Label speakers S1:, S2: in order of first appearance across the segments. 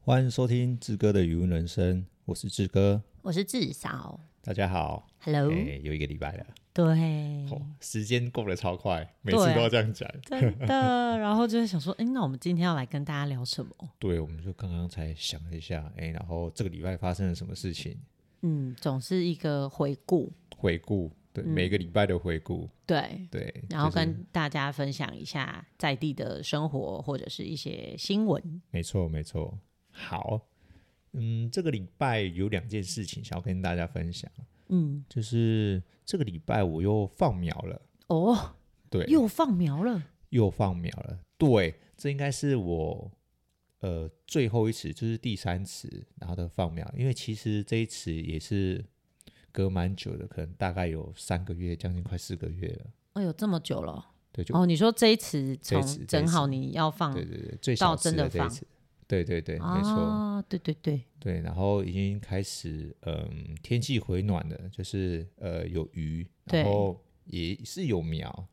S1: 欢迎收听志哥的语文人生，我是志哥，
S2: 我是至少
S1: 大家好。
S2: ，Hello，、
S1: 哎有一个礼拜了，
S2: 对，
S1: 哦，时间过得超快，每
S2: 对
S1: 次
S2: 啊
S1: 都要这样讲。
S2: 真 的。然后就会想说，哎，那我们今天要来跟大家聊什么？
S1: 对，我们就刚刚才想了一下，哎，然后这个礼拜发生了什么事情，
S2: 嗯，总是一个回顾，
S1: 回顾，对，
S2: 嗯
S1: 每个礼拜的回顾，
S2: 对。
S1: 对，
S2: 然后
S1: 就是
S2: 跟大家分享一下在地的生活或者是一些新闻。
S1: 没错，没错。好，嗯，这个礼拜有两件事情想要跟大家分享，
S2: 嗯，
S1: 就是这个礼拜我又放苗了，
S2: 哦，
S1: 对，
S2: 又放苗了，
S1: 又放苗了，对，这应该是我呃最后一次，就是第三次，然后的放苗，因为其实这一次也是隔蛮久的，可能大概有三个月，将近快四个月了，
S2: 哎呦，这么久了。
S1: 对，就、
S2: 哦，你说这一次
S1: 这一
S2: 从
S1: 次这一
S2: 正
S1: 次
S2: 好你要放
S1: 对对对，最少
S2: 到
S1: 吃
S2: 真的
S1: 这一
S2: 放
S1: 次，对对对，没错。
S2: 啊，对对对，
S1: 对，然后已经开始，嗯，天气回暖了，就是呃有鱼，
S2: 对
S1: 然后也是有苗，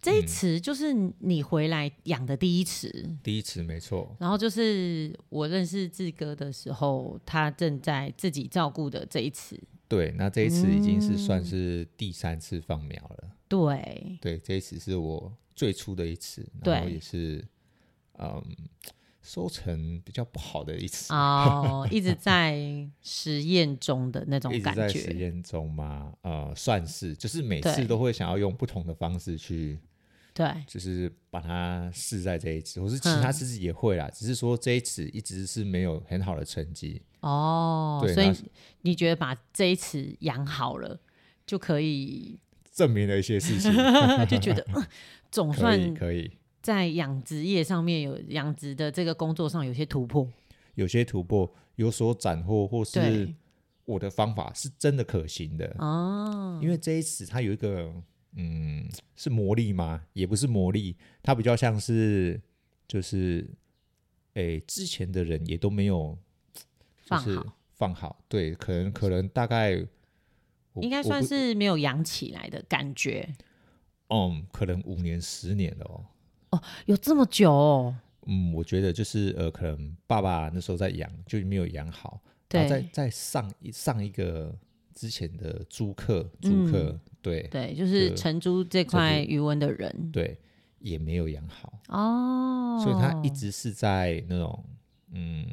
S2: 这一池就是你回来养的第一池，
S1: 第一次没错，
S2: 然后就是我认识志哥的时候，他正在自己照顾的这一次。
S1: 对，那这一次已
S2: 嗯
S1: 经是算是第三次放苗了，
S2: 对，
S1: 对，这一次是我最初的一次，然后
S2: 对
S1: 也是，嗯，收成比较不好的一次，
S2: 哦，一直在实验中的那种
S1: 一直
S2: 感
S1: 在实
S2: 觉，
S1: 验中嘛，呃，算是，就是每次
S2: 对
S1: 都会想要用不同的方式去
S2: 对，
S1: 就是把它试在这一次，或是其
S2: 嗯
S1: 他次也会啦，只是说这一次一直是没有很好的成绩。
S2: 哦
S1: 对，
S2: 所以
S1: 那
S2: 你觉得把这一池养好了，就可以
S1: 证明了一些事 情，
S2: 就觉得、呃总
S1: 可
S2: 算
S1: 以可以，
S2: 在养殖业上面有养殖的这个工作上有些突破，
S1: 有些突破有所斩获，或是
S2: 对，
S1: 我的方法是真的可行的。
S2: 哦，
S1: 因为这一次它有一个，嗯，是魔力吗？也不是魔力，它比较像是就是，诶、之前的人也都没有就
S2: 放
S1: 是
S2: 好
S1: 放好，对，可能可能大概。我
S2: 应该
S1: 我
S2: 算
S1: 不
S2: 是没有养起来的感觉，
S1: 嗯，可能五年、十年了哦。
S2: 有这么久哦，
S1: 嗯，我觉得就是呃，可能爸爸那时候在养，就没有养好，然后再
S2: 对
S1: 再上一上一个之前的租客，租客、对
S2: 嗯对，就是
S1: 对
S2: 承租这块余温的人
S1: 对也没有养好，
S2: 哦，
S1: 所以他一直是在那种嗯，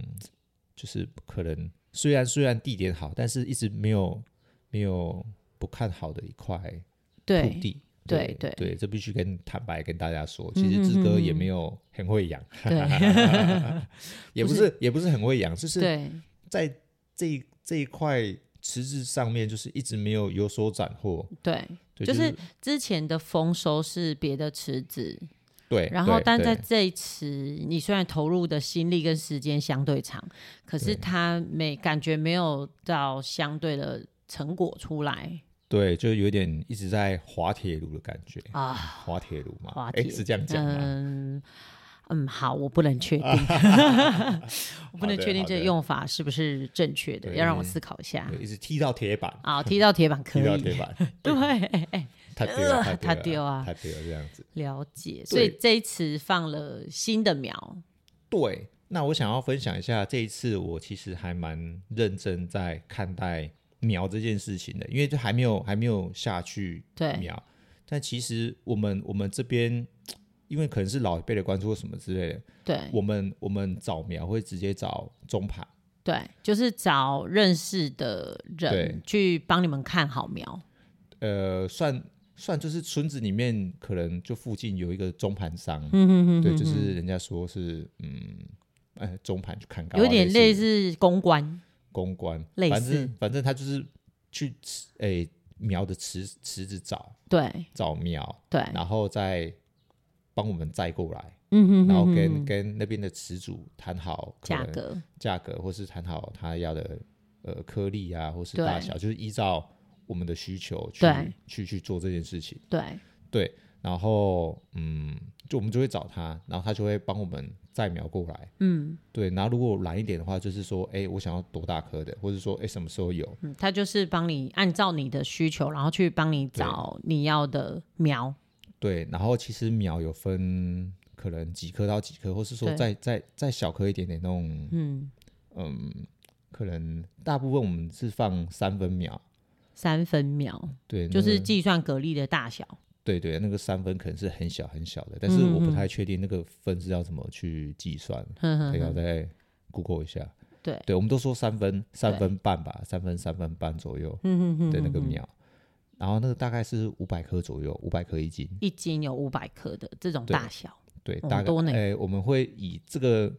S1: 就是可能虽然虽然地点好，但是一直没有没有不看好的一块土
S2: 对
S1: 地。
S2: 对
S1: 对
S2: 对嗯
S1: 这必须跟坦白跟大家说，其实志哥也没有很会养，
S2: 对
S1: 也不
S2: 不
S1: 是也不是很会养， 就是
S2: 对
S1: 在这一这一块池子上面，就是一直没有有所斩获。
S2: 对，
S1: 对，
S2: 就是是之前的丰收是别的池子，
S1: 对，
S2: 然后
S1: 对
S2: 但在
S1: 对
S2: 这一池，你虽然投入的心力跟时间相对长，可
S1: 对
S2: 是它没感觉没有到相对的成果出来
S1: 对，就有点一直在滑铁卢的感觉，
S2: 啊，
S1: 滑铁卢嘛，
S2: 滑
S1: 哎
S2: 铁
S1: 是这样讲吗？
S2: 嗯。嗯，好，我不能 确定， 我不能
S1: 好的
S2: 确定
S1: 好
S2: 这
S1: 的
S2: 个用法是不是正确的，
S1: 对
S2: 要让
S1: 因
S2: 我
S1: 为
S2: 思考一下。
S1: 对一直踢到铁板，
S2: 啊，踢到铁板啊可
S1: 踢到
S2: 以，
S1: 铁板，
S2: 对，
S1: 太丢了，太
S2: 太
S1: 丢
S2: 丢
S1: 了，
S2: 啊
S1: 太丢了这样子。
S2: 了解。所以
S1: 对
S2: 这一次放了新的苗，
S1: 对，那我想要分享一下，这一次我其实还蛮认真在看待苗这件事情的，因为就还没有还没有下去
S2: 对，
S1: 苗，但其实我们我们这边，因为可能是老一辈的关注或什么之类的，
S2: 对，
S1: 我们我们找苗会直接找中盘，
S2: 对，就是找认识的
S1: 对
S2: 人去帮你们看好苗。
S1: 呃，算算就是村子里面可能就附近有一个中盘商，
S2: 嗯哼哼
S1: 对，就是人家说是嗯，哎，中盘去看看，
S2: 有点类
S1: 似
S2: 似公关，
S1: 公关，
S2: 类
S1: 反
S2: 似
S1: 正反正他就是去池哎苗的池池子找
S2: 对
S1: 找苗，
S2: 对，
S1: 然后再帮我们载过来，
S2: 嗯哼哼哼
S1: 然后跟跟那边的池主谈好可
S2: 价
S1: 能
S2: 格，
S1: 价格，或是谈好他要的呃颗粒啊，或是
S2: 对
S1: 大小，就是依照我们的需求去
S2: 对
S1: 去去做这件事情。
S2: 对
S1: 对，然后嗯，就我们就会找他，然后他就会帮我们再描过来。
S2: 嗯
S1: 对，然后如果懒一点的话，就是说，哎，我想要多大颗的，或者说，哎，什么时候有？
S2: 嗯，他就是帮你按照你的需求，然后去帮你找你要的苗。
S1: 对，然后其实苗有分可能几颗到几颗，或是说
S2: 对
S1: 再再再小颗一点点那种
S2: 嗯，
S1: 嗯，可能大部分我们是放三分秒，
S2: 三分秒，
S1: 对，
S2: 就
S1: 那
S2: 是
S1: 个
S2: 计算蛤蜊的大小。
S1: 对对，那个三分可能是很小很小的，但是我
S2: 嗯
S1: 不
S2: 嗯
S1: 太确定那个分是要怎么去计算，
S2: 哼
S1: 可
S2: 哼
S1: 能要
S2: 哼，
S1: 再 Google 一下。
S2: 对，
S1: 对，我们都说三分三
S2: 对
S1: 分半吧，三分三分半左右
S2: 嗯哼哼
S1: 的那个
S2: 哼哼
S1: 秒，然后那个大概是五百克左右，五百克一斤。
S2: 一斤有五百克的这种
S1: 对
S2: 大小，
S1: 对，
S2: 哦
S1: 大概
S2: 多呢
S1: 哎，我们会以这个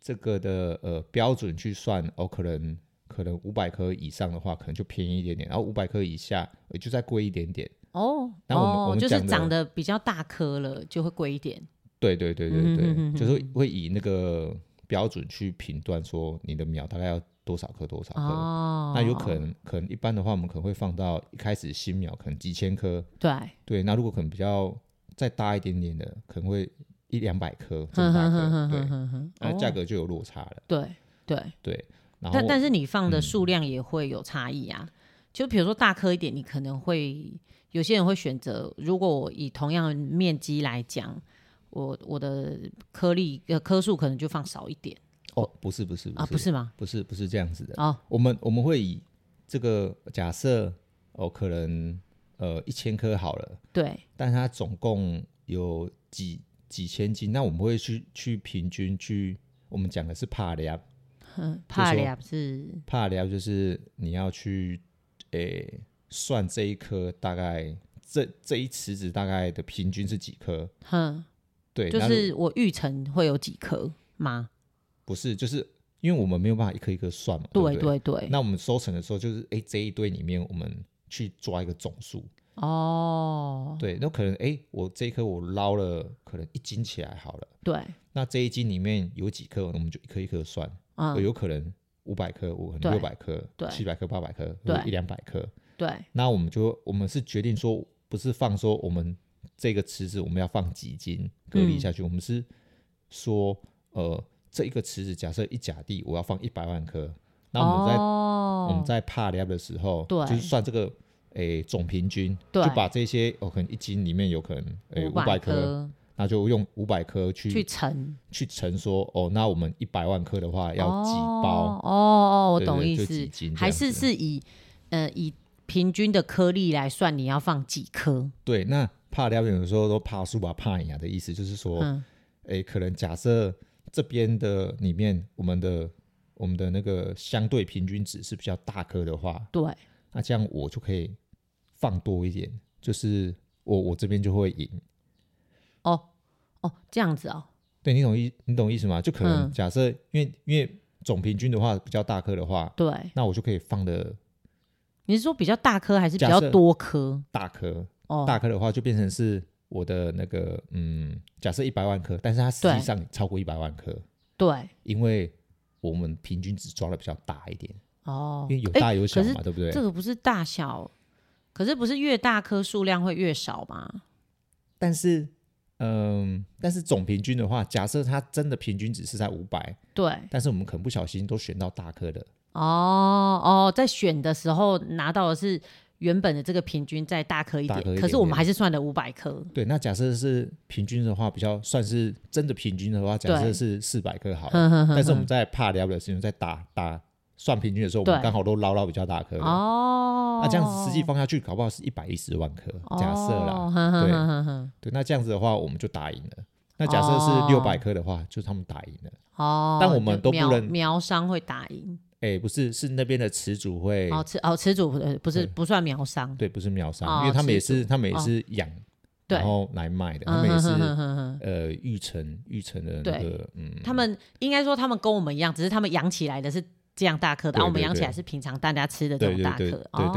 S1: 这个的呃标准去算哦，可能可能五百颗以上的话，可能就便宜一点点，然后五百颗以下呃就再贵一点点。
S2: 哦
S1: 然后我们我
S2: 哦，
S1: 们
S2: 就是
S1: 讲的
S2: 长得比较大颗了，就会贵一点。
S1: 对对对
S2: 嗯
S1: 对对，
S2: 哼哼哼
S1: 就是会以那个标准去评断说你的苗大概要多少颗多少颗。
S2: 哦，
S1: 那有可能，可能一般的话，我们可能会放到一开始新苗可能几千颗，
S2: 对，
S1: 对。那如果可能比较再大一点点的，可能会一两百颗这
S2: 哼
S1: 么大颗，
S2: 哼哼哼哼
S1: 对。
S2: 哼哼，
S1: 那
S2: 哦
S1: 价格就有落差了，
S2: 对对，
S1: 对。然后嗯
S2: 但但是你放的数量也会有差异啊。就比如说大颗一点，你可能会有些人会选择，如果我以同样面积来讲，我我的颗粒呃颗数可能就放少一点
S1: 哦，不是不是
S2: 啊，不是吗？
S1: 不是不是这样子的。
S2: 哦，
S1: 我们我们会以这个假设哦，可能呃一千颗好了，
S2: 对，
S1: 但它总共有几几千斤，那我们会去去平均去，我们讲的是帕量，
S2: 嗯，帕
S1: 说
S2: 俩是
S1: 帕量就是你要去诶、算这一颗大概这这一池子大概的平均是几颗。
S2: 哼，
S1: 对，
S2: 就
S1: 那
S2: 是我预成会有几颗吗？
S1: 不是就是因为我们没有办法一颗一颗算嘛，对
S2: 对
S1: 不
S2: 对对，
S1: 那我们收成的时候，就是哎、诶这一堆里面我们去抓一个总数，
S2: 哦，
S1: 对，那可能哎、诶我这一颗我捞了可能一斤起来好了，
S2: 对，
S1: 那这一斤里面有几颗，我们就一颗一颗算，
S2: 嗯，
S1: 有可能五百颗，我可
S2: 对
S1: 能六百颗
S2: 对，
S1: 七百颗，八百颗，
S2: 对
S1: 一两百颗，
S2: 对，
S1: 那我们就我们是决定说不是放说我们这个池子我们要放几斤隔离
S2: 嗯
S1: 下去，我们是说呃这一个池子假设一甲地我要放一百万颗，那我们在
S2: 哦、
S1: 我们在帕聊的时候，
S2: 对
S1: 就是算这个诶、总平均，
S2: 对
S1: 就把这些哦，可能一斤里面有可能诶五
S2: 百
S1: 百颗，那就用五百颗去去
S2: 去乘
S1: 乘说哦，那我们一百万颗的话要几
S2: 哦
S1: 包？
S2: 哦，我
S1: 对
S2: 懂
S1: 对
S2: 意
S1: 就
S2: 思，
S1: 几斤这
S2: 还
S1: 样
S2: 是
S1: 子啊
S2: 是以呃以平均的颗粒来算，你要放几颗？
S1: 对，那帕聊有时候都帕数啊帕雅的意思就是说，
S2: 嗯，
S1: 诶、可能假设这边的里面我们的。我们的那个相对平均值是比较大颗的话，
S2: 对，
S1: 那这样我就可以放多一点，就是我我这边就会赢，
S2: 哦哦，这样子哦，
S1: 对你懂意你懂意思吗？就可能
S2: 嗯
S1: 假设，因为因为总平均的话比较大颗的话，
S2: 对，
S1: 那我就可以放的
S2: 你是说比较大颗还是比
S1: 假
S2: 较
S1: 设
S2: 多颗？
S1: 大颗，
S2: 哦，
S1: 大颗的话就变成是我的那个嗯，假设一百万颗，但是它实
S2: 对
S1: 际上超过一百万颗，
S2: 对，
S1: 因为我们平均值抓的比较大一点，
S2: 哦，
S1: 因为有
S2: 哎
S1: 大有小
S2: 可是
S1: 嘛，对不对
S2: 这？个不是大小，可是不是越大颗数量会越少吗？
S1: 但是嗯，但是总平均的话，假设它真的平均值是在五百，
S2: 对，
S1: 但是我们可能不小心都选到大颗的，
S2: 哦哦，在选的时候拿到的是原本的这个平均再大颗一
S1: 大
S2: 点，
S1: 颗一
S2: 可是
S1: 点
S2: 我们
S1: 点
S2: 还是算了五百颗。
S1: 对，那假设是平均的话，比较算是真的平均的话，假
S2: 对嗯
S1: 设是四百颗好了。
S2: 哼哼哼
S1: 但是我
S2: 哼
S1: 们在怕聊的时候，在打打算平均的时候，我们
S2: 对
S1: 刚好都捞到比较大颗。那、
S2: 哦，
S1: 这样子实际放下去，搞不好是一百一十万颗，假设
S2: 哦
S1: 啦。
S2: 哼哼
S1: 对
S2: 哼哼哼
S1: 对，那这样子的话，我们就打赢了。那假设是六百颗的话，就他们打赢了。
S2: 哦，
S1: 但我们
S2: 就
S1: 都不
S2: 苗
S1: 能
S2: 苗商会打赢，
S1: 哎，不是，是那边的池主会，
S2: 哦，吃哦吃主不是不是
S1: 对
S2: 不算苗商，
S1: 对，不是秒杀，
S2: 哦
S1: 因为他们也
S2: 池
S1: 是，他们也
S2: 哦
S1: 是养，
S2: 对
S1: 然后来卖的，他
S2: 嗯
S1: 们也
S2: 哼
S1: 是、
S2: 哼哼哼哼
S1: 呃育成育成的那
S2: 对
S1: 个嗯，
S2: 他们应该说他们跟我们一样，只是他们养起来的是这样大颗的，
S1: 对
S2: 然后我们
S1: 对
S2: 养起
S1: 对
S2: 来是平常大家吃的这
S1: 对
S2: 种
S1: 对
S2: 大颗，
S1: 对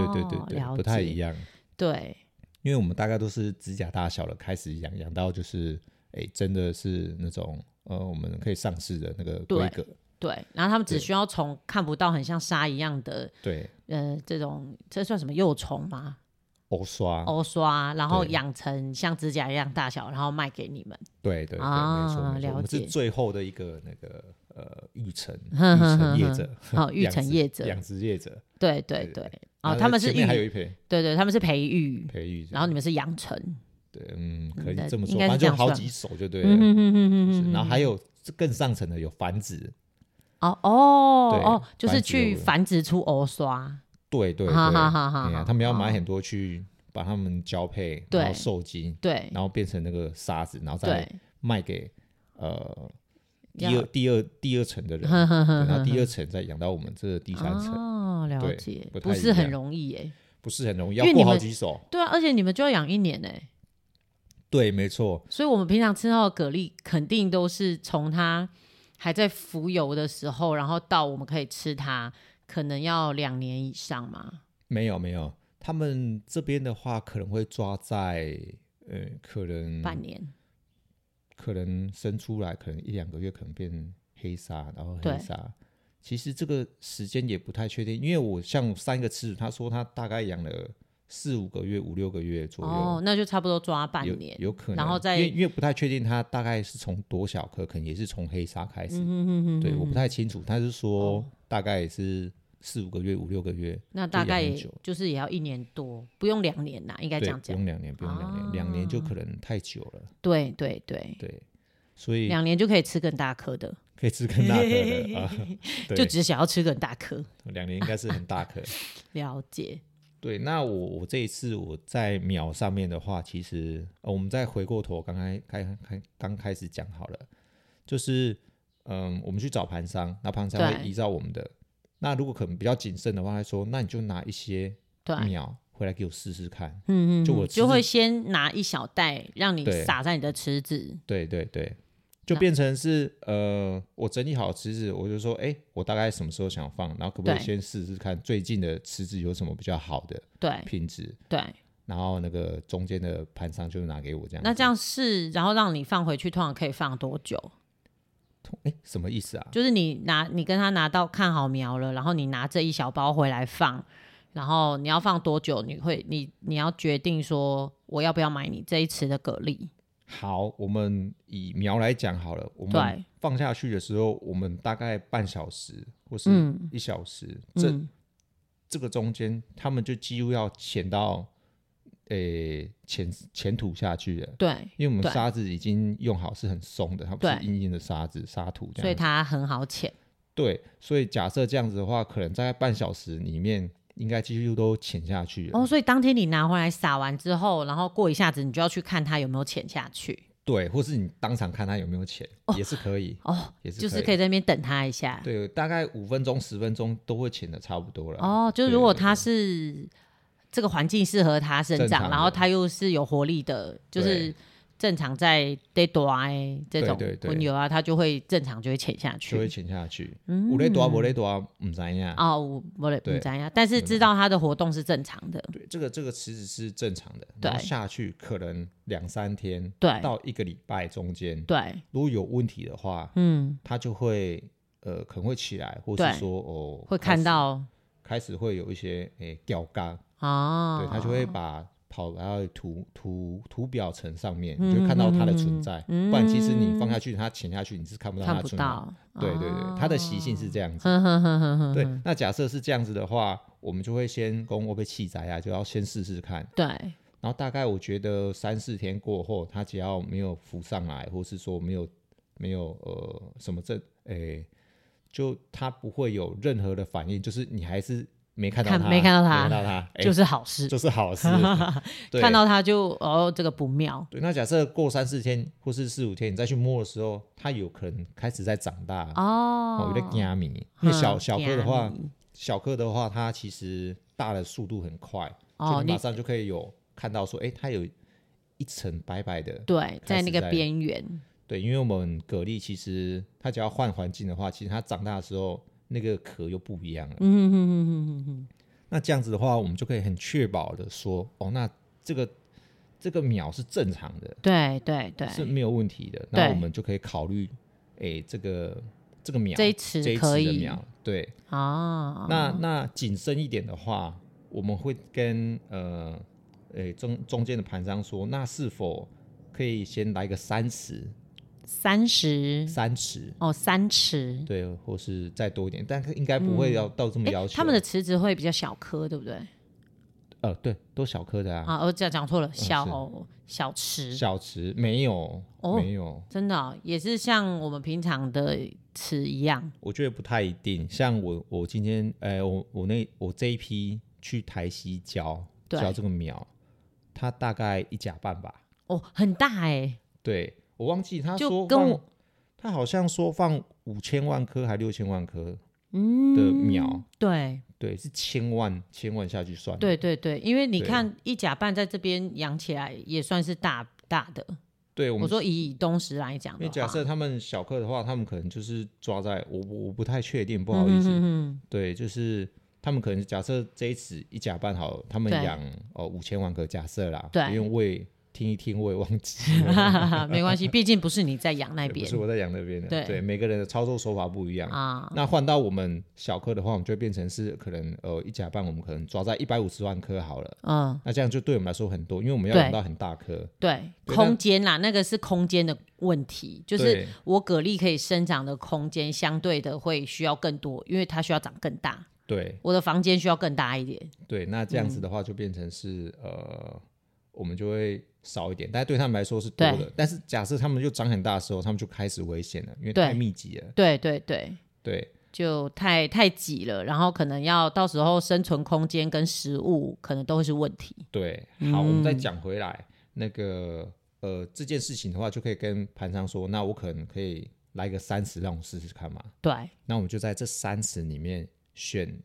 S1: 对对对对
S2: 哦
S1: 对
S2: 了，
S1: 不太一
S2: 解，
S1: 样，
S2: 对，
S1: 因为我们大概都是指甲大小的开始养，养到就是哎、真的是那种呃我们可以上市的那个规格，
S2: 对，然后他们只
S1: 对
S2: 需要从看不到很像沙一样的
S1: 对，
S2: 呃这种这算什么幼虫吗？
S1: 欧刷，
S2: 欧刷，然后
S1: 哦对
S2: 养成像指甲一样大小，然后卖给 你们。
S1: 对对对，
S2: 啊
S1: 没错没错，
S2: 了
S1: 我们是
S2: 解
S1: 最后的一个那个呃育成育
S2: 哼哼
S1: 成
S2: 哼
S1: 业
S2: 哼
S1: 者，
S2: 哦，育
S1: 养
S2: 成
S1: 殖
S2: 业者，
S1: 养殖业者，
S2: 对对
S1: 对
S2: 对，
S1: 然后
S2: 哦，他
S1: 在
S2: 们是
S1: 前
S2: 育
S1: 面，还有一培
S2: 对对，他们是培育，
S1: 培育者，
S2: 然后你们是养成，
S1: 对嗯可以
S2: 嗯
S1: 这么
S2: 应
S1: 说，
S2: 该是
S1: 反
S2: 这
S1: 正
S2: 样
S1: 就好
S2: 算
S1: 几手就对了，
S2: 嗯哼哼哼哼
S1: 是
S2: 哼
S1: 然后还有更上层的有繁殖，
S2: 哦哦
S1: 对
S2: 哦，就是
S1: 繁殖
S2: 去
S1: 有了
S2: 繁殖出欧刷，
S1: 对对对，
S2: 哈哈哈哈
S1: 哎呀
S2: 哈
S1: 他们要买
S2: 哦
S1: 很多去把它们交配，然
S2: 对
S1: 后受精，
S2: 对
S1: 然后变成那个沙子，然后再
S2: 对，
S1: 卖给呃第
S2: 要
S1: 二第二第二层的人，
S2: 呵
S1: 对
S2: 呵呵
S1: 然后
S2: 呵
S1: 第二层再养到我们这第三层，
S2: 哦，了
S1: 对
S2: 解，
S1: 不
S2: 不
S1: 太
S2: 是
S1: 一
S2: 很
S1: 样
S2: 容易耶。
S1: 不是很容易，
S2: 因
S1: 要
S2: 为你
S1: 过好
S2: 们
S1: 几手。
S2: 对啊，而且你们就要养一年呢，欸
S1: 对，没错，
S2: 所以我们平常吃到的蛤蜊，肯定都是从它还在浮游的时候，然后到我们可以吃它，可能要两年以上嘛。
S1: 没有没有，他们这边的话可能会抓在呃，可能
S2: 半年，
S1: 可能生出来，可能一两个月可能变黑沙，然后
S2: 对
S1: 黑沙。其实这个时间也不太确定，因为我像上一个吃主，他说他大概养了四五个月、五六个月左右，
S2: 哦，那就差不多抓半
S1: 有
S2: 年。
S1: 有可能，
S2: 然后再
S1: 因为因为不太确定他大概是从多小颗，可能也是从黑沙开始，
S2: 嗯哼哼哼
S1: 对，
S2: 哼
S1: 我不
S2: 哼
S1: 太清楚。他是说
S2: 哦
S1: 大概也是四五个月、五六个月，
S2: 那大
S1: 养
S2: 概
S1: 很
S2: 也
S1: 久
S2: 就是也要一年多，不用两年啦，应该这
S1: 对，
S2: 样
S1: 不
S2: 讲。
S1: 用两年，不用
S2: 啊
S1: 两年，两年就可能太久了，
S2: 对对对，
S1: 对，所以
S2: 两年就可以吃更大颗的，
S1: 可以吃更大颗 的啊，
S2: 就
S1: 对，
S2: 只想要吃更大颗。
S1: 两年应该是很大颗。
S2: 了解，
S1: 对，那我我这一次我在秒上面的话，其实、呃、我们再回过头，刚开开开刚开始讲好了，就是嗯，我们去找盘商，那盘商会
S2: 对
S1: 依照我们的，那如果可能比较谨慎的话，他说那你就拿一些
S2: 对，啊
S1: 秒回来给我试试看。
S2: 嗯嗯，
S1: 嗯就我
S2: 嗯
S1: 吃
S2: 就是会先拿一小袋让你
S1: 对
S2: 撒在你的池子，
S1: 对对对，就
S2: 那
S1: 变成是呃，我整理好池子，我就说，哎，我大概什么时候想放，然后可不可以
S2: 对
S1: 先试试看最近的池子有什么比较好的
S2: 对
S1: 品质，
S2: 对。
S1: 然后那个中间的盘商就拿给我这样子。
S2: 那这样试，然后让你放回去，通常可以放多久？
S1: 啊哎，什么意思啊？
S2: 就是你拿你跟他拿到看好苗了，然后你拿这一小包回来放，然后你要放多久？你会你你要决定说我要不要买你这一池的蛤蜊？
S1: 好，我们以苗来讲好了，我
S2: 对
S1: 们放下去的时候，我们大概半小时或是
S2: 嗯
S1: 一小时，这、
S2: 嗯，
S1: 这个中间，他们就几乎要潜到，诶、潜潜土下去了。
S2: 对，
S1: 因为我们
S2: 对
S1: 沙子已经用好是很松的，它不是
S2: 对
S1: 硬硬的沙子、沙土这样子。
S2: 所以它很好潜。
S1: 对，所以假设这样子的话，可能在半小时里面应该几乎都潜下去了。
S2: 哦，所以当天你拿回来撒完之后，然后过一下子你就要去看它有没有潜下去。
S1: 对，或是你当场看它有没有潜，也是可以，
S2: 哦，
S1: 也是
S2: 就是
S1: 可
S2: 可以在那边等它一下。
S1: 对，大概五分钟、十分钟都会潜的差不多了。
S2: 哦，就是
S1: 对
S2: 如果
S1: 对
S2: 它是这个环境适合它生
S1: 正
S2: 长，
S1: 常
S2: 然后
S1: 的
S2: 它又是有活力的，就是
S1: 对
S2: 正常在 day 这
S1: 对
S2: 种
S1: 对对
S2: 温流啊，它就会正常就会潜下
S1: 就会
S2: 去。
S1: 潜下去。
S2: 嗯
S1: 有咧大无咧大，唔知呀。
S2: 哦，我我也不
S1: 对
S2: 知道，但是知道它的活动是正常的。
S1: 对，这个这个池子是正常的，
S2: 对
S1: 然后下去可能两三天
S2: 对
S1: 到一个礼拜中间，
S2: 对，
S1: 如果有问题的话，
S2: 嗯，
S1: 它就会呃可能会起来，或
S2: 对
S1: 是说哦
S2: 会
S1: 开
S2: 看
S1: 始
S2: 到
S1: 开始会有一些诶掉缸，
S2: 哦，
S1: 对，它就会把跑到图图图表层上面，你就会看到它的存在。
S2: 嗯
S1: 不然其实你放下去，它潜下去，你是看不到它
S2: 看
S1: 的
S2: 不
S1: 存在。
S2: 到。
S1: 对对对，它的习性是这样子。
S2: 哦哼哼哼哼哼，
S1: 对，那假设是这样子的话，我们就会先公我被气宅啊，就要先试试看。
S2: 对
S1: 然后大概我觉得三四天过后，它只要没有浮上来，或是说没有没有呃什么症，诶、就它不会有任何的反应，就是你还是没看到
S2: 看
S1: 它，
S2: 没看到它
S1: 没看到它，诶
S2: 就是好事。
S1: 就是好 事。对
S2: 看到它就哦，这个不妙。
S1: 对，那假设过三四天或是四五天，你再去摸的时候，它有可能开始在长大
S2: 哦
S1: 哦，有点压米。因为小
S2: 嗯
S1: 小颗的
S2: 怕
S1: 话，
S2: 你
S1: 小颗的话，它其实大的速度很快，
S2: 哦
S1: 就你
S2: 你
S1: 马上就可以有看到说，哎、它有一层白白的。
S2: 对，
S1: 开
S2: 在
S1: 始
S2: 那个
S1: 在
S2: 边缘，
S1: 对，因为我们蛤蜊其实它只要换环境的话，其实它长大的时候那个壳又不一样了。
S2: 嗯哼哼哼哼哼哼，
S1: 那这样子的话，我们就可以很确保的说，哦，那这个这个苗是正常的，
S2: 对对
S1: 是
S2: 对，
S1: 没有问题的。
S2: 对
S1: 那我们就可以考虑，哎、这个这个苗
S2: 这一
S1: 这
S2: 池
S1: 一
S2: 可
S1: 次的
S2: 以
S1: 苗，对，
S2: 哦。
S1: 那那谨慎一点的话，我们会跟呃，诶、中中间的盘商说，那是否可以先来个三尺、
S2: 嗯三十
S1: 三尺，
S2: 哦，三尺，
S1: 对，或是再多一点，但应该不会要到这么
S2: 嗯诶
S1: 要求。啊
S2: 他们的池子会比较小颗，对不对？
S1: 呃，对，都小颗的啊，
S2: 啊，我讲讲错了，
S1: 是
S2: 小、小池，
S1: 小池没有，
S2: 哦
S1: 没有，
S2: 真的哦、也是像我们平常的池一样，
S1: 我觉得不太一定。像我，我今天，呃，我我那我这一批去台西教
S2: 对
S1: 教这个苗，它大概一甲半吧。
S2: 哦，很大哎、
S1: 对我忘记他
S2: 就
S1: 说
S2: 跟
S1: 放
S2: 我
S1: 他好像说放五千万颗还六千万颗，
S2: 嗯，
S1: 的苗，
S2: 对
S1: 对，是千万千万下去算。，
S2: 对对对，因为你
S1: 对
S2: 看一甲半在这边养起来也算是大大的，
S1: 对我
S2: 我
S1: 们
S2: 说以以东石来讲
S1: 因
S2: 的
S1: 为
S2: 话，
S1: 假设他们小颗的话，他们可能就是抓在我我我不太确定，不
S2: 不
S1: 好意思，
S2: 嗯嗯
S1: 对，就是他们可能假设这一次一甲半好了，他们
S2: 对
S1: 养哦五千万颗，假设啦，
S2: 对
S1: 因为我也听一听我也忘记
S2: 嗯
S1: 了，
S2: 没关系，毕竟不是你在养 那
S1: 对不
S2: 边
S1: 是我在养那边的，
S2: 对
S1: 对，每个人的操作手法不一样。
S2: 啊，
S1: 那换到我们小颗的话，我们就变成是可能呃一甲半，我们可能抓在一百五十万颗好了。
S2: 嗯，
S1: 那这样就对我们来说很多，因为我们要
S2: 对
S1: 养到很大颗，
S2: 对，
S1: 对
S2: 空
S1: 但
S2: 间啦，那个是空间的问题，就是
S1: 对
S2: 我蛤蜊可以生长的空间相对的会需要更多，因为它需要长更大，
S1: 对
S2: 我的房间需要更大一点，
S1: 对。那这样
S2: 嗯
S1: 子的话，就变成是、呃，我们就会少一点，但对他们来说是多的。但是假设他们又长很大的时候，他们就开始危险了，因为
S2: 对
S1: 太密集了。
S2: 对对对。
S1: 对
S2: 就太太挤了，然后可能要到时候生存空间跟食物可能都会是问题。
S1: 对，
S2: 嗯
S1: 好，我们再讲回来那个呃这件事情的话，就可以跟盘商说，那我可能可以来个三十，让我试试看嘛。
S2: 对，
S1: 那我们就在这三十里面选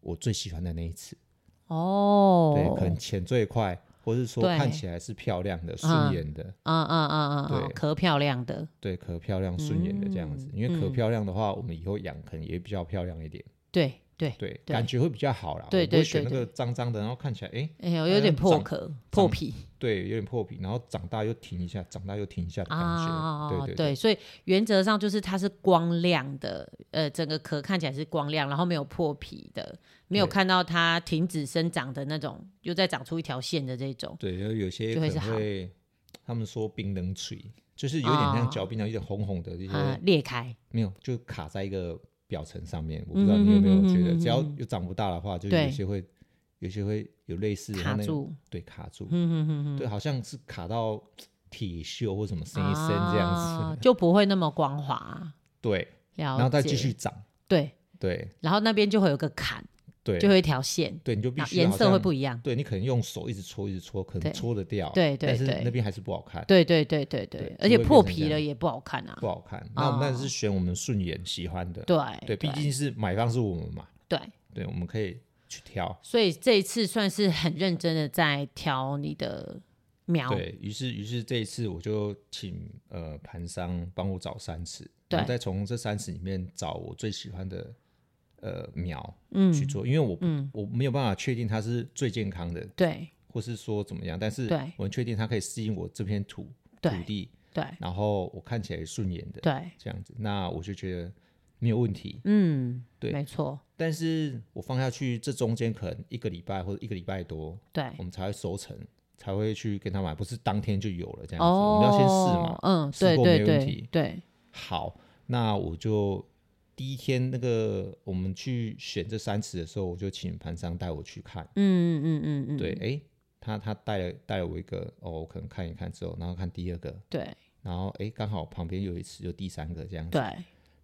S1: 我最喜欢的那一次，
S2: 哦，
S1: 对，可能潜最快，或是说
S2: 对
S1: 看起来是漂亮的、
S2: 嗯
S1: 顺眼的，
S2: 嗯嗯嗯嗯嗯，
S1: 对
S2: 可漂亮的，
S1: 对，可漂亮、顺眼的这样子。
S2: 嗯
S1: 因为可漂亮的话，我们以后养可能也比较漂亮一点，
S2: 对对，
S1: 对，
S2: 对
S1: 感觉会比较好啦。
S2: 对
S1: 我不
S2: 对
S1: 会选
S2: 对
S1: 那个脏脏的，然后看起来哎、诶
S2: 哎呦，有点
S1: 嗯
S2: 破
S1: 长
S2: 壳破皮
S1: 对，有点破皮，然后长大又停一下，长大又停一下的感觉。
S2: 啊，
S1: 对对对
S2: 所以原则上就是它是光亮的，呃，整个壳看起来是光亮，然后没有破皮的，没有
S1: 对
S2: 看到它停止生长的那种，又再长出一条线的这种，
S1: 对，然后有些可
S2: 就会是
S1: 能
S2: 好
S1: 会，他们说冰冷水，就是有点
S2: 啊
S1: 像嚼槟榔，有点红红的这些。
S2: 啊，裂开，
S1: 没有，就卡在一个表层上面。我不知道你有没有觉得，
S2: 嗯哼哼哼哼哼
S1: 只要有长不大的话，就
S2: 对
S1: 有些会，有些会有类似的它
S2: 卡，
S1: 那个
S2: 住，
S1: 对，卡住，
S2: 嗯哼哼哼。
S1: 对，好像是卡到铁锈或什么生一生这样子，
S2: 啊就不会那么光滑、
S1: 对，
S2: 了
S1: 然
S2: 解，
S1: 后再继续长，
S2: 对，
S1: 对
S2: 然后那边就会有个坎，
S1: 对
S2: 就会有一条线，
S1: 对，你就必
S2: 然后
S1: 须
S2: 颜
S1: 好
S2: 色会
S1: 像
S2: 不一样。
S1: 对你可能用手一直搓一直搓，可
S2: 对
S1: 能搓得掉，
S2: 对
S1: 哦
S2: 对
S1: 但是
S2: 对
S1: 那边还是不好看，
S2: 对对对对对，
S1: 对
S2: 而且
S1: 就会变成
S2: 破皮
S1: 这
S2: 了
S1: 样
S2: 也不好看啊
S1: 不。好看。那我们当然
S2: 哦
S1: 是选我们顺眼喜欢的，
S2: 对
S1: 对，毕竟是买方是我们嘛，
S2: 对，
S1: 对，我们可以去挑。
S2: 所以这一次算是很认真的在挑你的苗。
S1: 对于是，于是这一次我就请呃盘商帮我找三尺，
S2: 对
S1: 然后再从这三尺里面找我最喜欢的呃苗
S2: 嗯
S1: 去做，因为我不、
S2: 嗯
S1: 我没有办法确定它是最健康的，
S2: 对
S1: 或是说怎么样，但是
S2: 对
S1: 我很确定它可以适应我这片土土
S2: 对
S1: 地，
S2: 对
S1: 然后我看起来顺眼的
S2: 对，
S1: 这样子，那我就觉得没有问题。
S2: 嗯，
S1: 对
S2: 没错，
S1: 但是我放下去，这中间可能一个礼拜或者一个礼拜多，
S2: 对
S1: 我。们才会收成，才会去跟他买，不是当天就有了这样子，
S2: 哦，
S1: 我们要先试嘛。
S2: 嗯，
S1: 试
S2: 对
S1: 过
S2: 对
S1: 没问
S2: 对
S1: 题
S2: 对，
S1: 好，那我就第一天那个我们去选这三尺的时候，我就请盘商带我去看。
S2: 嗯嗯嗯嗯，
S1: 对，诶，他他带了带了我一个，哦，我可能看一看之后，然后看第二个，
S2: 对
S1: 然后诶，刚好旁边有一尺，有第三个这样子。
S2: 对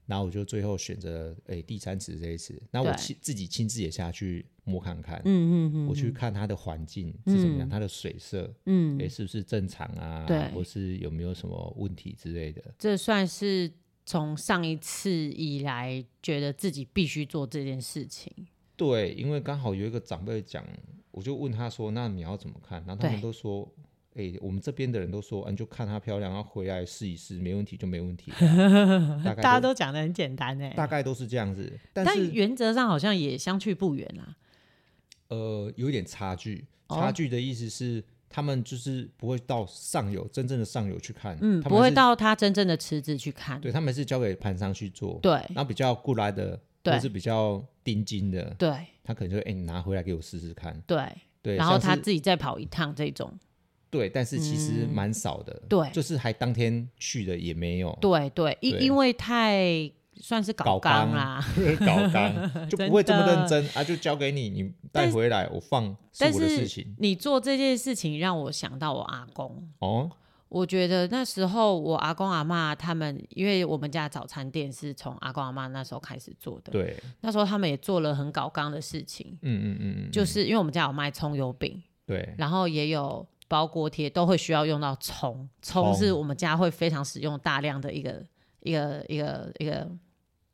S1: 然后我就最后选择诶第三尺这一次，那我
S2: 对
S1: 亲自己亲自也下去摸看看，
S2: 嗯嗯嗯，
S1: 我去看它的环境是怎么样，
S2: 嗯
S1: 它的水色，
S2: 嗯，
S1: 诶，是不是正常啊？
S2: 对
S1: 或是有没有什么问题之类的？
S2: 这算是从上一次以来，觉得自己必须做这件事情。
S1: 对，因为刚好有一个长辈讲，我就问他说：“那你要怎么看？”然后他们
S2: 对
S1: 都说：“哎、我们这边的人都说，啊，你就看她漂亮，然后回来试一试，没问题就没问 题。大概都”
S2: 大家都讲的很简单哎、
S1: 大概都是这样子，但
S2: 但
S1: 是
S2: 原则上好像也相去不远啊啦。
S1: 呃，有点差距。
S2: 哦
S1: 差距的意思是，他们就是不会到上游真正的上游去看，
S2: 嗯，
S1: 他
S2: 不
S1: 们
S2: 会
S1: 是
S2: 到他真正的池子去看。
S1: 对他们是交给盘商去做，
S2: 对
S1: 然后比较过来的，
S2: 对
S1: 或是比较定金的，
S2: 对
S1: 他可能就哎、你拿回来给我试试看，
S2: 对
S1: 对，
S2: 然后
S1: 像
S2: 他
S1: 是
S2: 自嗯己再跑一趟这种。
S1: 对，但是其实蛮少的，
S2: 对
S1: 就是还当天去的也没有，
S2: 对对，因
S1: 对
S2: 因为太算是
S1: 搞
S2: 搞
S1: 纲
S2: 纲啦。
S1: 搞 纲就不会这么认真啊，就交给你，你带
S2: 但是
S1: 回来，我放是
S2: 但
S1: 我的事
S2: 是
S1: 情
S2: 你做这件事情让我想到我阿公，
S1: 哦。
S2: 我觉得那时候我阿公阿妈他们，因为我们家早餐店是从阿公阿妈那时候开始做的，
S1: 对，
S2: 那时候他们也做了很搞纲的事情，
S1: 嗯嗯嗯嗯，
S2: 就是因为我们家有卖葱油饼，
S1: 对，
S2: 然后也有包锅贴，都会需要用到葱。葱
S1: 葱
S2: 是我们家会非常使用大量的一个一个一个一个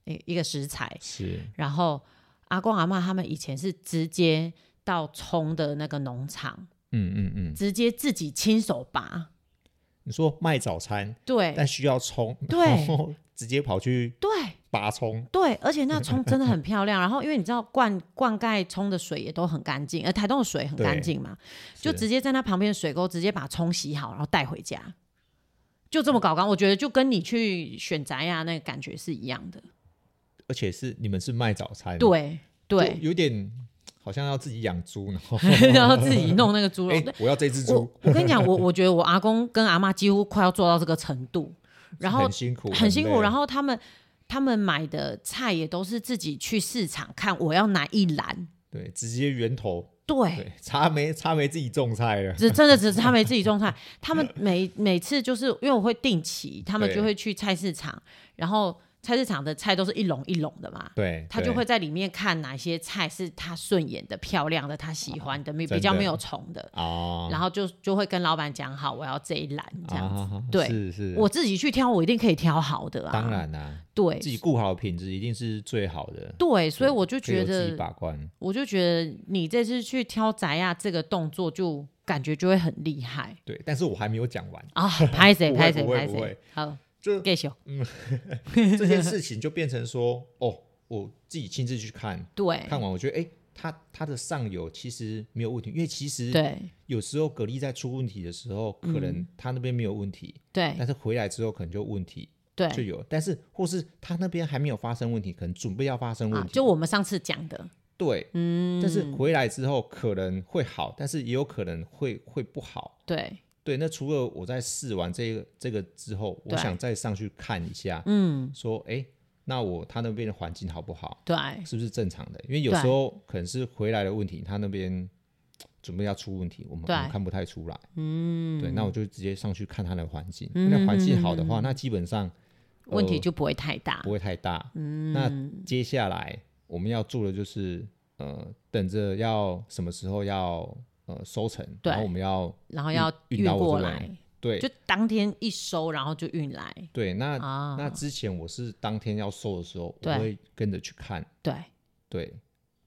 S2: 一一个食材。
S1: 是
S2: 然后阿公阿妈他们以前是直接到葱的那个农场，
S1: 嗯嗯嗯，
S2: 直接自己亲手拔。
S1: 你说卖早餐，
S2: 对
S1: 但需要葱，
S2: 对
S1: 然后直接跑去
S2: 对
S1: 拔葱，
S2: 对，而且那葱真 的很漂亮。然后因为你知道灌灌溉葱的水也都很干净，而呃台东的水很干
S1: 对
S2: 净嘛，就是直接在那旁边的水沟直接把葱洗好，然后带回家，就这么搞刚。我觉得就跟你去选宅呀、那个感觉是一样的。
S1: 嗯而且是你们是卖早餐，
S2: 对
S1: 就
S2: 对，
S1: 有点好像要自己养猪，然 后
S2: 然后自己弄那个猪肉。
S1: 哎
S2: 对，
S1: 我要这只
S2: 我
S1: 猪，
S2: 我跟你讲，我我觉得我阿公跟阿妈几乎快要做到这个程度，然后
S1: 很辛苦，
S2: 很辛苦，然
S1: 后
S2: 后他们。他们买的菜也都是自己去市场看，我要哪一篮？
S1: 对，直接源头，
S2: 对，
S1: 对，茶梅茶梅自己种菜了，
S2: 只真的只是 他们自己种菜，他们每每次就是因为我会定期，他们
S1: 对
S2: 就会去菜市场，然后菜市场的菜都是一笼一笼的嘛，
S1: 对，
S2: 他
S1: 对
S2: 就会在里面看哪些菜是他顺眼的、漂亮的、他喜欢的、没
S1: 真的
S2: 比较没有虫的，
S1: 啊，
S2: 然后就就会跟老板讲好，我要这一篮这样子。
S1: 啊
S2: 对
S1: 是是，
S2: 我自己去挑，我一定可以挑好的啊！
S1: 当，然啦，
S2: 对
S1: 自己顾好品质一定是最好的，
S2: 对，所以我就
S1: 可以
S2: 觉
S1: 由自己
S2: 得，
S1: 把关，
S2: 我就觉得你这次去挑宅呀、这个动作，就感觉就会很厉害
S1: 对，但是我还没有讲完，
S2: 啊！拍谁
S1: 不会
S2: 拍谁
S1: 不会
S2: 拍
S1: 不会
S2: 谁，好，
S1: 就
S2: 给修。
S1: 这件 事情就变成说，哦，我自己亲自去看，
S2: 对
S1: 看完我觉得，哎，它它的上游其实没有问题，因为其实
S2: 对嗯
S1: 有时候蛤蜊在出问题的时候，可能它那边没有问题，
S2: 对
S1: 但是回来之后可能就问题就
S2: 对
S1: 有，但是或是它那边还没有发生问题，可能准备要发生问
S2: 啊
S1: 题，！
S2: 就我们上次讲的，
S1: 对，
S2: 嗯，
S1: 但是回来之后可能会好，但是也有可能会会不好。
S2: 对，
S1: 对，那除了我在试完这个这个之后，我
S2: 对
S1: 想再上去看一下，
S2: 嗯，
S1: 说哎，诶那我他那边的环境好不好，
S2: 对
S1: 是不是正常的？因为有
S2: 对
S1: 时候可能是回来的问题，他那边准备要出问题，我们我
S2: 对
S1: 们看不太出来。嗯，对，那我就直接上去看他的环境，
S2: 嗯
S1: 那环境好的话，那基本上
S2: 问题
S1: 呃
S2: 就不会太大
S1: 不。会太大。嗯，那接下来我们要做的就是，呃，等着要什么时候要呃收成，
S2: 对
S1: 然后我们要
S2: 然后要
S1: 运
S2: 运
S1: 到我
S2: 过
S1: 这
S2: 来，
S1: 对
S2: 就当天一收，然后就运来
S1: 对，那、
S2: 啊。
S1: 那之前我是当天要收的时候，我
S2: 对
S1: 会跟着去看，
S2: 对，
S1: 对，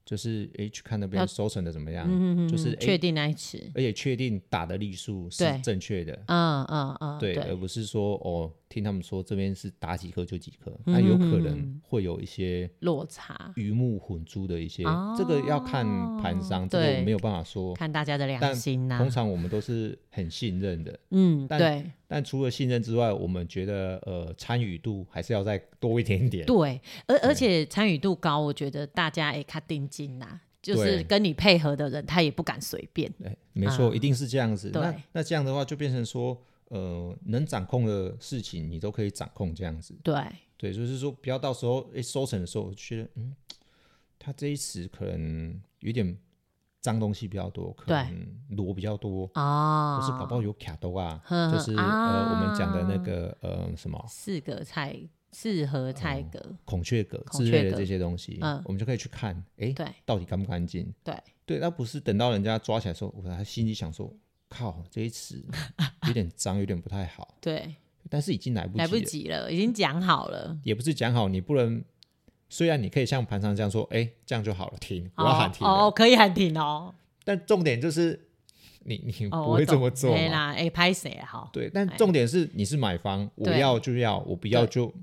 S1: 就是诶去看那边
S2: 要
S1: 收成的怎么样，
S2: 嗯，
S1: 就是
S2: 嗯确
S1: 诶
S2: 定那一次，
S1: 而且确定打的粒数是
S2: 对
S1: 正确的。
S2: 嗯嗯嗯，
S1: 对，而
S2: 对
S1: 不是说哦，听他们说这边是打几颗就几颗，
S2: 嗯
S1: 那有可能会有一些
S2: 落差，
S1: 鱼目混珠的一些，这个要看盘商，这个我
S2: 哦对啊
S1: 没有办法说。
S2: 看大家的良
S1: 但
S2: 心呐
S1: 通。常我们都是很信任的，
S2: 嗯，
S1: 但
S2: 对
S1: 但除了信任之外，我们觉得呃参与度还是要再多一点点。
S2: 对，而而且参与度高，我觉得大家也看定金呐，就是
S1: 对
S2: 跟你配合的人，他也不敢随便。
S1: 哎，没错，一定是这样子。
S2: 嗯对
S1: 那那这样的话，就变成说，呃，能掌控的事情你都可以掌控，这样子。
S2: 对
S1: 对，就是说不要到时候哎收成的时候，我觉得嗯，他这一次可能有点脏东西比较多，可
S2: 对
S1: 能螺比较多，
S2: 啊，
S1: 不是搞不好有卡兜啊，
S2: 呵呵
S1: 就是呃
S2: 啊
S1: 我们讲的那个呃什么
S2: 四个菜，四合菜
S1: 哦
S2: 格，
S1: 孔雀蛤
S2: 孔
S1: 之类
S2: 雀
S1: 的
S2: 蛤
S1: 这些东西，
S2: 嗯
S1: 我们就可以去看，哎，
S2: 对
S1: 到底干不干净？
S2: 对
S1: 对，那不是等到人家抓起来的时候，我他心里想说，靠，这一 次有点脏，有点不太好，
S2: 对，
S1: 但是已经来不及了，
S2: 来不及了，已经讲好了。
S1: 也不是讲好，你不能。虽然你可以像盘商这样说，哎、这样就好了，停，我要喊停了。
S2: 哦，哦可以喊停哦。
S1: 但重点就是你你
S2: 哦，
S1: 不
S2: 我
S1: 会
S2: 懂
S1: 这么做
S2: 嘿
S1: 嘛？
S2: 啦，哎，拍谁好？
S1: 对，但重点是你是买方，我
S2: 对
S1: 要就要，我不要
S2: 对
S1: 就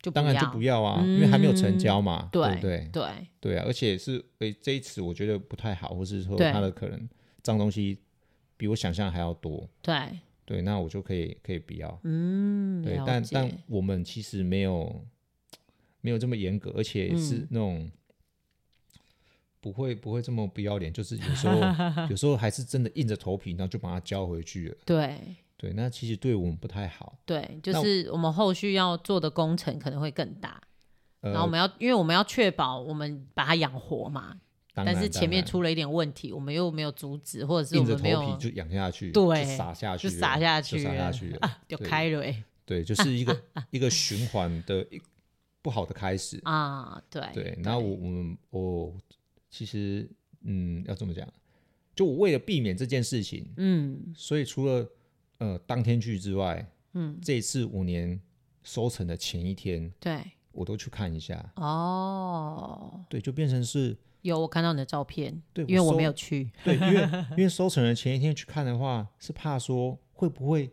S2: 就
S1: 当然就
S2: 不
S1: 不
S2: 要。嗯
S1: 要啊，因为还没有成交嘛，
S2: 对
S1: 不对？
S2: 对
S1: 对啊，而且是诶、这一次我觉得不太好，或是说
S2: 对
S1: 它的可能脏东西比我想象还要多，
S2: 对，
S1: 对，那我就可以可以不要，
S2: 嗯，
S1: 对，
S2: 了
S1: 但
S2: 解
S1: 但我们其实没有没有这么严格，而且是
S2: 嗯
S1: 那种。不会不会这么不要脸，就是有时 候有时候还是真的硬着头皮，然后就把它交回去了。
S2: 对
S1: 对，那其实对我们不太好。
S2: 对，就
S1: 那我
S2: 是我们后续要做的工程可能会更大。
S1: 呃
S2: 然后我们要，因为我们要确保我们把它养活嘛，
S1: 当然
S2: 但是前面
S1: 当然
S2: 出了一点问题，我们又没有阻止，或者是我
S1: 硬着
S2: 们没
S1: 头
S2: 有
S1: 皮就养下去，
S2: 对
S1: 就撒下去
S2: 就
S1: 了，
S2: 撒下去
S1: 就撒下
S2: 了
S1: 去了。
S2: 啊，就
S1: 对
S2: 开了欸
S1: 对，就是一个一个循环的一不好的开 始。
S2: 啊，对
S1: 对，那我我们我其实嗯，要这么讲，就我为了避免这件事情，
S2: 嗯
S1: 所以除了呃当天去之外，
S2: 嗯，
S1: 这一次五年收成的前一天，
S2: 对
S1: 我都去看一下。
S2: 哦，
S1: 对，就变成是
S2: 有我看到你的照片，
S1: 对
S2: 因为
S1: 我
S2: 我没
S1: 搜
S2: 有去，
S1: 对，因为因 为收成的前一天去看的话，是怕说会不会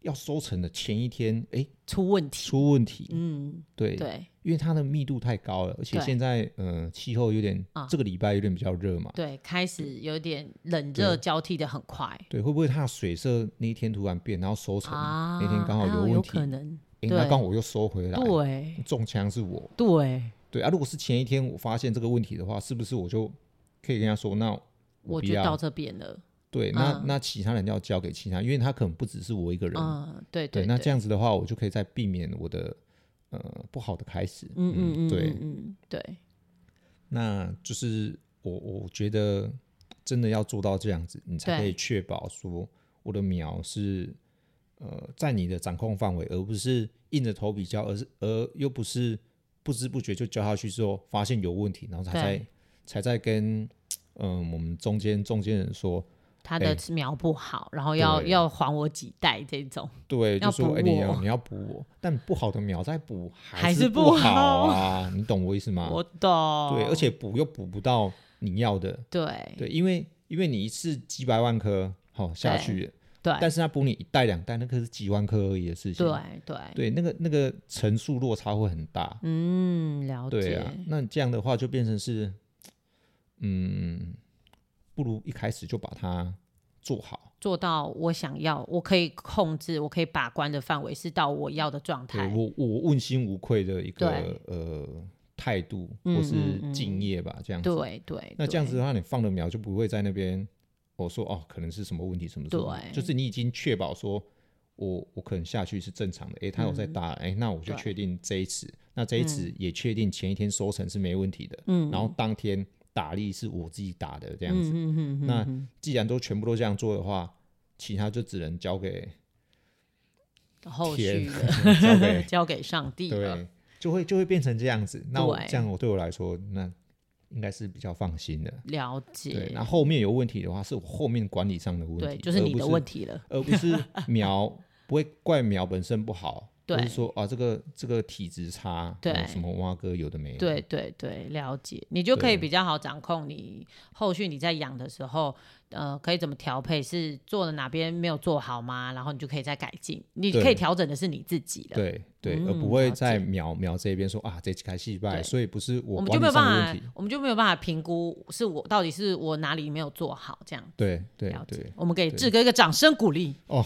S1: 要收成的前一天，哎，
S2: 出问题，
S1: 出问题。
S2: 嗯，
S1: 对，
S2: 对
S1: 因为它的密度太高了，而且
S2: 对
S1: 现在呃气候有点，
S2: 啊
S1: 这个礼拜有点比较热嘛。
S2: 对，开始有点冷热交替的很快
S1: 对，会不会它的水色那一天突然变，然后收成、
S2: 啊，
S1: 那天刚好
S2: 啊
S1: 有问
S2: 有
S1: 题，
S2: 可能，
S1: 诶那
S2: 对
S1: 刚好我又收回来，
S2: 对
S1: 中枪是我。
S2: 对，
S1: 对啊，如果是前一天我发现这个问题的话，是不是我就可以跟他说，那不
S2: 我就到
S1: 要？
S2: 这边了，
S1: 对，那、
S2: 嗯
S1: 那其他人要交给其他，因为他可能不只是我一个人。
S2: 嗯，对
S1: 对，
S2: 对，
S1: 那这样子的话，我就可以再避免我的呃不好的开始。
S2: 嗯嗯嗯，
S1: 对
S2: 嗯，嗯对，
S1: 那就是我我觉得真的要做到这样子，你才可
S2: 对
S1: 以确保说我的苗是呃在你的掌控范围，而不是硬着头皮浇，而是而又不是不知不觉就浇下去之后发现有问题，然后才
S2: 对
S1: 在才在跟嗯、呃我们中间中间人说，
S2: 他的苗不好，然后要
S1: 哎对
S2: 要还我几袋这种，
S1: 对，
S2: 要
S1: 就说
S2: 补
S1: 哎、你
S2: 我
S1: 要你要补我，但不好的苗再补
S2: 还是
S1: 是
S2: 不
S1: 好啊，你懂我意思吗？
S2: 我懂，
S1: 对，而且补又补不到你要的。
S2: 对
S1: 对，因为因为你一次几百万颗好、下去了，但
S2: 对
S1: 是他补你一袋两袋，那个是几万颗而已的事情。
S2: 对对，
S1: 对，那个那个层数落差会很大。
S2: 嗯，了
S1: 对
S2: 解
S1: 啊，，那这样的话就变成是，嗯，不如一开始就把它做好。
S2: 做到我想要，我可以控制，我可以把关的范围是到我要的状
S1: 对
S2: 态，
S1: 我我问心无愧的一个
S2: 对
S1: 呃态度
S2: 嗯
S1: 或是
S2: 嗯嗯
S1: 敬业吧，这样子。
S2: 对对，
S1: 那这样
S2: 对
S1: 子的话，你放的苗就不会在那边我说哦，可能是什么问题，什么什么问题，
S2: 对
S1: 就是你已经确保说我我可能下去是正常的，诶，它有在打，诶，那我就
S2: 嗯对
S1: 确定这一次，那这一次也确定前一天收成是没问题的，
S2: 嗯
S1: 然后当天打力是我自己打的这样子，
S2: 嗯嗯嗯，
S1: 那
S2: 嗯
S1: 既然都全部都这样做的话，其他就只能交给
S2: 嗯后
S1: 天
S2: 续的
S1: 交给
S2: 交给上帝了，
S1: 对，就会就会变成这样子，那我
S2: 对
S1: 这样我对我来说，那应该是比较放心的。
S2: 了
S1: 对，
S2: 解
S1: 那，后面有问题的话，是我后面管理上的问
S2: 对，
S1: 题，
S2: 就是
S1: 而
S2: 你
S1: 不
S2: 的问题了，
S1: 而不 是苗不会怪苗本身不好，
S2: 对
S1: 或是说啊这个这个体质差，
S2: 对
S1: 呃什么蛙哥有的没有，
S2: 对对对，了解，你就可以
S1: 嗯对
S2: 比较好掌控你后续你在养的时候，呃，可以怎么调配，是做了哪边没有做好吗？然后你就可以再改进，你
S1: 对
S2: 可以调整的是你自己了。
S1: 对对
S2: 嗯
S1: 而不会在
S2: 了
S1: 苗苗这边说啊这几开戏败，
S2: 对
S1: 所以不是
S2: 我
S1: 我
S2: 们
S1: 管
S2: 就
S1: 理
S2: 没有
S1: 上的
S2: 办
S1: 问
S2: 法
S1: 题，，
S2: 我们就没有办法评估是我到底是我哪里没有做好这样。
S1: 对对
S2: 了
S1: 对
S2: 解，，我们给
S1: 对
S2: 志哥一个掌声鼓励。
S1: 哦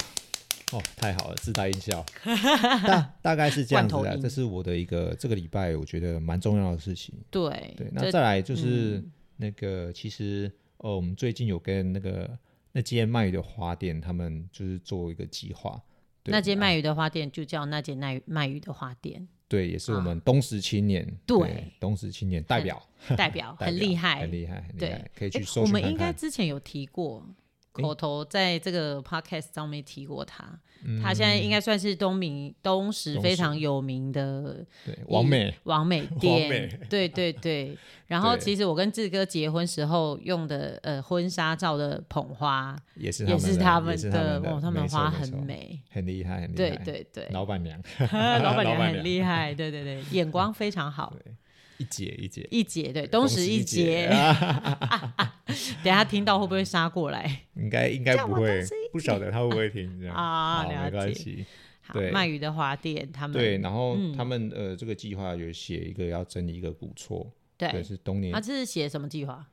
S1: 太好了，自带音 效，大大概是这样子
S2: 罐
S1: 啊，
S2: 头音
S1: 这是我的一个这个礼拜我觉得蛮重要的事情，
S2: 对
S1: 对，
S2: 这嗯
S1: 那再来就是那个，其实呃，我们最近有跟那个那间卖鱼的花店，他们就是做一个计划。对
S2: 那间卖鱼的花店就叫那间卖卖鱼的花店，
S1: 对，也是我们东石青年，
S2: 啊对
S1: 东石青年代表，
S2: 代表
S1: 代
S2: 很
S1: 表
S2: 厉害
S1: 很。厉害，很厉
S2: 对
S1: 害，可以
S2: 诶
S1: 去搜
S2: 我
S1: 寻
S2: 们
S1: 看
S2: 应该
S1: 看。
S2: 之前有提过，
S1: 诶
S2: 口头在这个 podcast 上面提过他，他现在应该算是东明东
S1: 嗯
S2: 石
S1: 东
S2: 非
S1: 石
S2: 常有名的
S1: 对，王美，
S2: 王美
S1: 王
S2: 店
S1: 美，
S2: 对 对对。然后
S1: 对
S2: 其实我跟志哥结婚时候用的呃婚纱照的捧花
S1: 也是
S2: 也
S1: 是
S2: 是
S1: 他
S2: 他
S1: 们
S2: 们
S1: 的，
S2: 的，
S1: 也
S2: 哇，
S1: 是们
S2: 他
S1: 的
S2: 们
S1: 没错
S2: 花
S1: 没
S2: 很
S1: 错
S2: 美，
S1: 很厉害，很厉害。
S2: 对对对，
S1: 老板娘
S2: 老板
S1: 老
S2: 娘
S1: 板
S2: 很
S1: 娘
S2: 厉害，对对对，眼光非常好。
S1: 一姐一姐，
S2: 一姐对，东石一姐， 等一下听到会不会杀过来
S1: 应该应该
S2: 叫
S1: 不
S2: 我
S1: 会
S2: 东石，
S1: 不晓得他会不会听这样
S2: 啊？
S1: 好没
S2: 了
S1: 关
S2: 解。
S1: 系。
S2: 好
S1: 对，
S2: 卖鱼的花店他们
S1: 对，然后
S2: 嗯
S1: 他们、呃，这个计划有写一个要整理一个古厝，对，
S2: 对，啊
S1: 是东年
S2: 他这是写什么计划？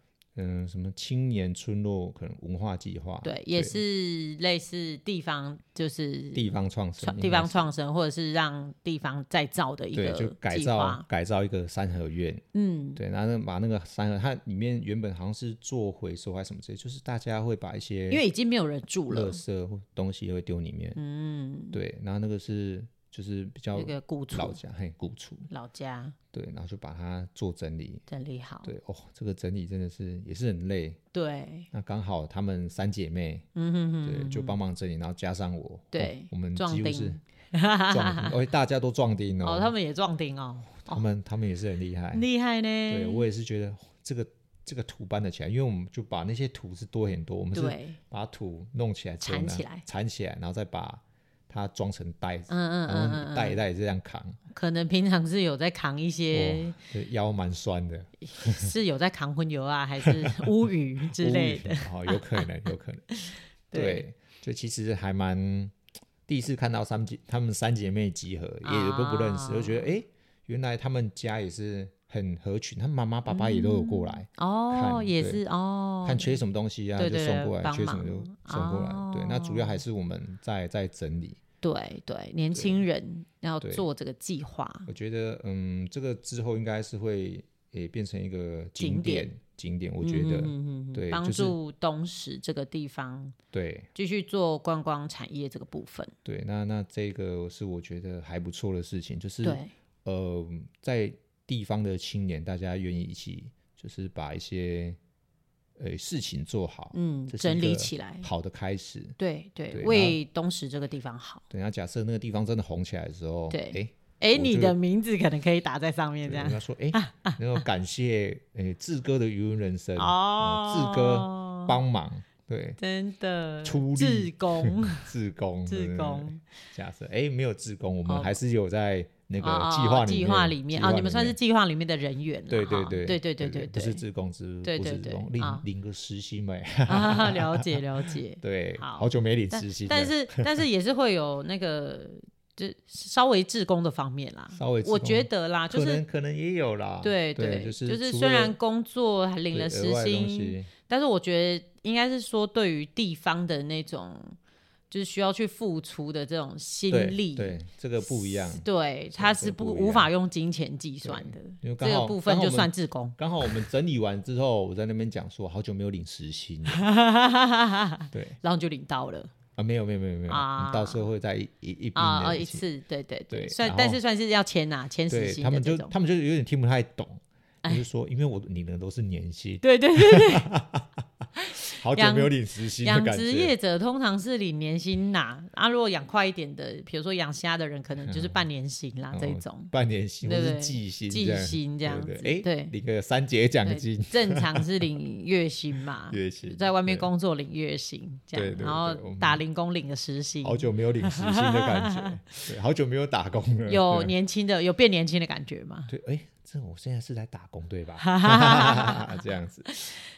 S1: 嗯、什么青年村落可能文化计划，
S2: 对，也是类似地方就是
S1: 地方创生
S2: 创，
S1: 应
S2: 地
S1: 该
S2: 方
S1: 是
S2: 创生，或者是让地方再造的一
S1: 对，
S2: 个
S1: 就改
S2: 计
S1: 造
S2: 划。
S1: 改造一个三合院，
S2: 嗯，
S1: 对，然后把那个三合它里面原本好像是做回收还是什么之类，就是大家会把一些
S2: 因为已经没有人住
S1: 垃
S2: 了，
S1: 圾或东西会丢里面，
S2: 嗯，
S1: 对，然后那个是就是比较
S2: 那个古
S1: 老
S2: 厝
S1: 家，嘿，古厝，
S2: 老家
S1: 对，然后就把它做整理。
S2: 整理好，
S1: 对哦，这个整理真的是也是很累。
S2: 对，
S1: 那刚好她们三姐妹，
S2: 嗯哼哼，
S1: 对，就帮忙整理，然后加上我，哦
S2: 对
S1: 我们
S2: 壮
S1: 几乎
S2: 丁
S1: 是壮丁，而且大家都壮丁
S2: 哦，
S1: 哦，
S2: 他们也壮丁哦，
S1: 他们他们也是很厉害。
S2: 厉害呢，
S1: 对我也是觉得哦这个这个土搬得起来，因为我们就把那些土是多很多，我们是
S2: 对，
S1: 把土弄起来之后
S2: 缠
S1: 呢
S2: 起来
S1: 缠起来，然后再把它装成袋子，
S2: 嗯嗯嗯
S1: 然后
S2: 嗯
S1: 一
S2: 嗯，
S1: 袋一袋这样扛，
S2: 可能平常是有在扛一些
S1: 哇，，这腰蛮酸的，
S2: 是有在扛荤油啊，还是 乌鱼之类的，
S1: 的，哦，有可 能，有可能，
S2: 对
S1: 对，就其实还蛮第一次看到三姐她们三姐妹集合，
S2: 啊
S1: 也都不认识，就觉得哎，诶原来她们家也是很合群，她妈妈爸爸也都有过来。
S2: 哦，
S1: 看
S2: 也
S1: 对
S2: 是哦，
S1: 看缺什么东西啊，
S2: 对对
S1: 就送过来；
S2: 帮
S1: 缺什么
S2: 忙哦
S1: 就送过来。对，那主要还是我们在在整理。
S2: 对对，年轻人要
S1: 对
S2: 做这个计划，
S1: 我觉得，嗯，这个之后应该是会也变成一个
S2: 景
S1: 景
S2: 点
S1: 点，景点。我觉得，
S2: 嗯嗯嗯嗯
S1: 对
S2: 帮
S1: 就是
S2: 助东石这个地方
S1: 对
S2: 继续做观光产业这个部分，
S1: 对，那那这个是我觉得还不错的事情，就是
S2: 对
S1: 呃，在地方的青年，大家愿意一起，就是把一些呃事情做好，
S2: 嗯，
S1: 这是
S2: 整
S1: 一
S2: 理
S1: 个
S2: 起来，
S1: 好的开始。
S2: 对对，
S1: 对
S2: 为东石这个地方好。
S1: 对，那假设那个地方真的红起来的时候，
S2: 对
S1: 哎，
S2: 哎，
S1: 我
S2: 你
S1: 就
S2: 的名字可能可以打在上面这
S1: 对，
S2: 样
S1: 人家说，哎、能够感谢诶志哥的语文人生，
S2: 哦，
S1: 嗯志哥帮忙，对，
S2: 真的
S1: 出力
S2: 志工
S1: 志工，对
S2: 志，
S1: 对对
S2: 工
S1: 假设哎、没有志工，我
S2: 哦
S1: 们还是有在那个
S2: 哦哦
S1: 计划
S2: 哦
S1: 里面，
S2: 计划里面
S1: 计划
S2: 哦，你们算是计划里面的人员了
S1: 对
S2: 哈
S1: 对对
S2: 对对
S1: 对
S2: 对
S1: 不是
S2: 对
S1: 志工，只
S2: 对
S1: 不
S2: 对
S1: 是
S2: 对
S1: 志工，领
S2: 啊
S1: 领个实习没？
S2: 啊， 了解了解。
S1: 对，
S2: 好
S1: 好久没领
S2: 但
S1: 实习了，
S2: 但是 但是也是会有那个，就稍微志工的方面啦。
S1: 稍微
S2: 我觉
S1: 得
S2: 得啦，就
S1: 可
S2: 是
S1: 能可能也有啦，
S2: 对
S1: 对，
S2: 就是
S1: 除
S2: 虽
S1: 了
S2: 然工作还领
S1: 对
S2: 了
S1: 额
S2: 时
S1: 外的东
S2: 薪，
S1: 西，
S2: 但是我觉得应该是说对于地方的那种，就是需要去付出的这种心
S1: 对
S2: 力，
S1: 对，这个不一样。
S2: 对，它是不
S1: 不一样
S2: 无法用金钱计算的。
S1: 因为刚
S2: 这个
S1: 好
S2: 部
S1: 刚
S2: 分
S1: 好
S2: 就
S1: 我们
S2: 算志工，
S1: 刚好我们整理完之后，我在那边讲说，好久没有领时薪 了，
S2: 然
S1: 对
S2: 后就领到了
S1: 啊，没有没有没有没有，
S2: 啊
S1: 你到时候会再一一一并
S2: 啊
S1: 的
S2: 哦一
S1: 起，
S2: 次，对对
S1: 对
S2: 算
S1: 然
S2: 但
S1: 后
S2: 是算是要签呐，签实
S1: 对
S2: 习
S1: 他
S2: 的
S1: 们
S2: 这
S1: 就
S2: 种，哎
S1: 他们就有点听不太懂，就是说，因为我领的都是年薪，
S2: 对对对对，
S1: 好久没有领时薪的
S2: 养
S1: 感
S2: 殖
S1: 觉，
S2: 业者通常是领年薪呐，啊，如果养快一点的，比如说养虾的人，可能就是半年薪啦、
S1: 嗯
S2: 这一 种，
S1: 半年薪或
S2: 对
S1: 是
S2: 对
S1: 季薪
S2: 季
S1: 这样，
S2: 薪这样
S1: 对
S2: 子，
S1: 对哎，
S2: 对
S1: 领个三节奖
S2: 对，
S1: 金
S2: 正常是领月薪嘛，
S1: 月薪，
S2: 啊在外面
S1: 对
S2: 工作领月薪这样，
S1: 对对对
S2: 然后
S1: 我们
S2: 打零工领个时薪，
S1: 好久没有领时薪的感 觉，对，好久没有打工了，
S2: 有
S1: 对
S2: 年轻的有变年轻的感觉吗？
S1: 对，哎，这我现在是在打工对 吧？这样子，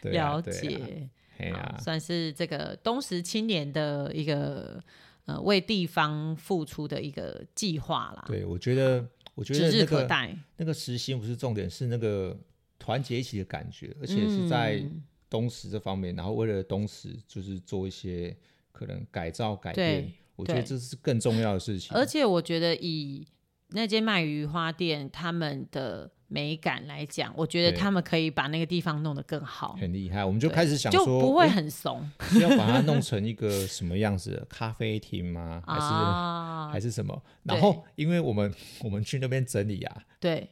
S1: 对啊
S2: 了，
S1: 对啊
S2: 解，
S1: 哎
S2: 好
S1: 呀，
S2: 算是这个东石青年的一个呃为地方付出的一个计划啦，
S1: 对，我觉得，我觉
S2: 指
S1: 得
S2: 日
S1: 那
S2: 可
S1: 个
S2: 待，
S1: 那个实心不是重点，是那个团结一起的感觉，而且是在
S2: 嗯
S1: 东石这方面，然后为了东石就是做一些可能改造改变
S2: 对，
S1: 我觉得
S2: 对
S1: 这是更重要的事情。
S2: 而且我觉得以那间卖鱼花店他们的美感来讲，我觉得
S1: 对
S2: 他们可以把那个地方弄得更好，
S1: 很厉害，我们就
S2: 对
S1: 开始想
S2: 就
S1: 说，
S2: 不会
S1: 诶
S2: 很怂
S1: 是要把它弄成一个什么样子的咖啡厅 吗？还是、
S2: 啊
S1: 还。是什么？
S2: 对
S1: 然后因为我们我们去那边整理啊，
S2: 对，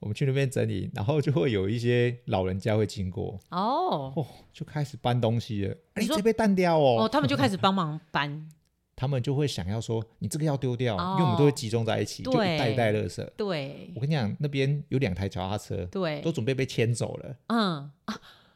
S1: 我们去那边整理，然后就会有一些老人家会经过，
S2: 哦
S1: 哦，就开始搬东西了。哎、
S2: 你说
S1: 这被淡掉哦，
S2: 哦，他们就 开始帮忙搬，
S1: 他们就会想要说，你这个要丢掉，
S2: 哦
S1: 因为我们都会集中在一起，
S2: 对
S1: 就一袋一袋垃圾。
S2: 对
S1: 我跟你讲，那边有两台脚踏车，
S2: 对
S1: 都，准备被牵走了。
S2: 嗯，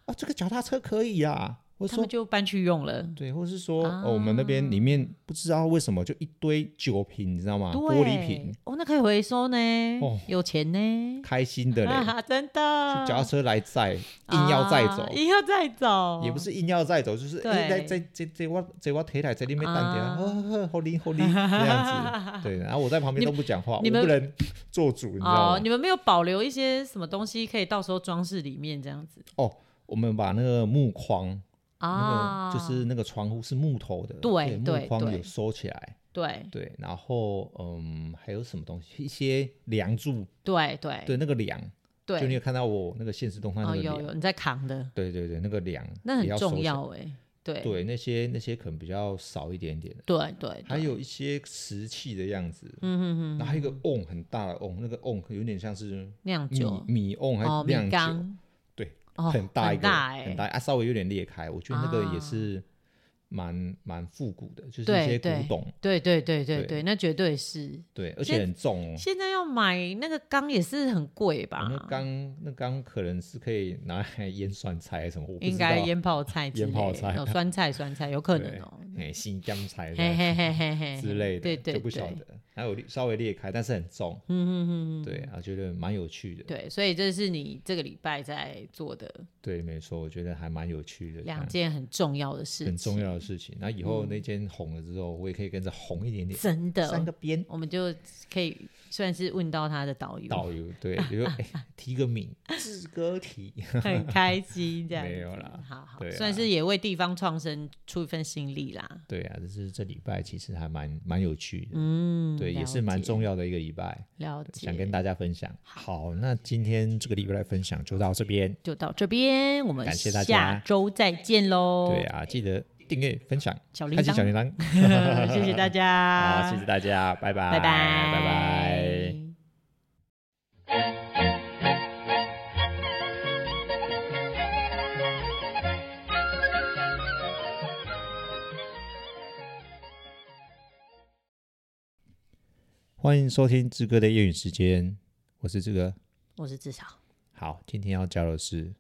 S1: 哦，这个脚踏车可以啊，或者
S2: 他
S1: 说
S2: 们就搬去用了。
S1: 对，或是说、
S2: 啊
S1: 哦，我们那边里面不知道为什么就一堆酒瓶，你知道吗？啊玻璃瓶
S2: 对，，哦，那可以回收呢，
S1: 哦
S2: 有钱呢，
S1: 开心的嘞，
S2: 哈
S1: 就
S2: 哈，真的，
S1: 脚踏车来载，硬要载走。
S2: 啊硬要再走，
S1: 也不是硬要载走，就是
S2: 啊对
S1: 哎，在在在在我在我腿台在里面单点，
S2: 啊
S1: 呵呵呵，好灵好灵这样子，对，然后我在旁边
S2: 你
S1: 都不讲话，
S2: 你
S1: 我
S2: 们
S1: 不能 做主，你知道
S2: 哦，
S1: 吗？
S2: 你们没有保留一些什么东西，可以到时候装饰里面这样子
S1: 哦，我们把那个木框，
S2: 啊
S1: 那？个就是那个窗户是木头的，
S2: 对对
S1: 木框
S2: 对
S1: 有收起来，
S2: 对
S1: 对，然后嗯，还有什么东西？一些梁柱，
S2: 对对
S1: 对，那个梁，
S2: 对，
S1: 就你有看到我那个现实动态那
S2: 哦
S1: 个
S2: 有
S1: 梁，
S2: 有你在扛的，
S1: 对对对，那个梁，
S2: 那很重要哎，对
S1: 对，那些那些可能比较少一点点的，
S2: 对对，
S1: 还有一些石器的样子，
S2: 嗯嗯嗯，
S1: 然后还有一个瓮很大的瓮，那个瓮有点像是
S2: 酿
S1: 米
S2: 酒
S1: 米瓮还
S2: 哦，
S1: 是
S2: 米
S1: 酿酒，
S2: 缸
S1: 对，
S2: 哦，
S1: 很大一个，
S2: 哎，
S1: 很大啊，稍微有点裂开，我觉得那个
S2: 啊
S1: 也是蛮蛮复古的，就是
S2: 对
S1: 一些
S2: 对
S1: 古董，
S2: 对对对对
S1: 对
S2: 对，那绝对是。
S1: 对，而
S2: 现
S1: 且很重哦。
S2: 现在要买那个缸也是很贵吧？
S1: 那缸那缸可能是可以拿来 腌酸菜还是什么，我不
S2: 应
S1: 知道
S2: 该。腌泡菜之类
S1: 腌
S2: 的，
S1: 泡菜
S2: 哦酸菜酸菜有可能哦。
S1: 哎，新疆菜
S2: 嘿嘿嘿嘿嘿
S1: 哎之类的，
S2: 对对
S1: 就
S2: 对，
S1: 不晓得。还有稍微裂开，但是很重，
S2: 嗯嗯嗯，
S1: 对啊，觉得蛮有趣的。
S2: 对，所以这是你这个礼拜在做的
S1: 对，没错，我觉得还蛮有趣的，
S2: 两
S1: 啊
S2: 件很重要的事情，
S1: 很重要的事情。那以后那间红了之后，我也可以跟着红一点点，
S2: 真
S1: 三
S2: 的，
S1: 个边
S2: 我们就可以算是问到他的导游，
S1: 导游，对，比如说哎提个名，志哥提，
S2: 很开心这样子。
S1: 没有啦
S2: 好好，
S1: 对啊
S2: 算是也为地方创生出一份心力啦。
S1: 对啊，这是这礼拜其实还蛮蛮有趣的，
S2: 嗯，
S1: 对，也是蛮重要的一个礼拜，
S2: 了解，
S1: 想
S2: 了解。
S1: 跟大家分享。好，那今天这个礼拜的分享就到这边，
S2: 就到这边，我们
S1: 感谢大家
S2: 下周再见喽。
S1: 对啊，记得订阅、分享、
S2: 小铃
S1: 开启小
S2: 铛，
S1: 铃 铛。
S2: 谢谢大家，
S1: 好，谢谢大家，拜拜，
S2: 拜拜，
S1: 拜拜。欢迎收听志哥的夜语时间，我是志哥。
S2: 我是至少，
S1: 好，今天要教的是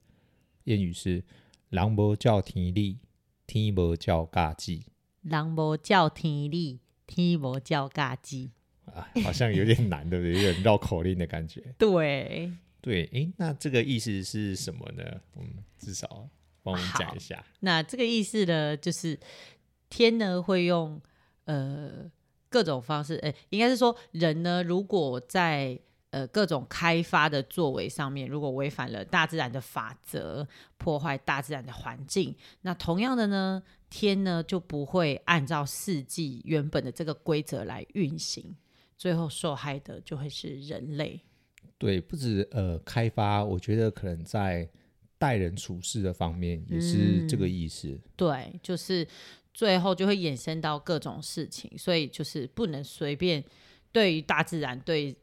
S1: 谚语是“狼无叫天理，天无叫尬技
S2: 人无叫天理，天无叫嘎叽。”
S1: 啊，好像有点难，对不对？有点绕口令的感觉。
S2: 对，
S1: 对，诶，那这个意思是什么呢？嗯，至少帮我们讲一下。
S2: 那这个意思呢，就是天呢会用呃各种方式，哎、应该是说人呢，如果在呃各种开发的作为上面，如果违反了大自然的法则，破坏大自然的环境，那同样的呢，天呢就不会按照四季原本的这个规则来运行，最后受害的就会是人类。
S1: 对，不止呃开发，我觉得可能在待人处事的方面也是这个意思。
S2: 对，就是最后就会衍生到各种事情，所以就是不能随便对于大自然、对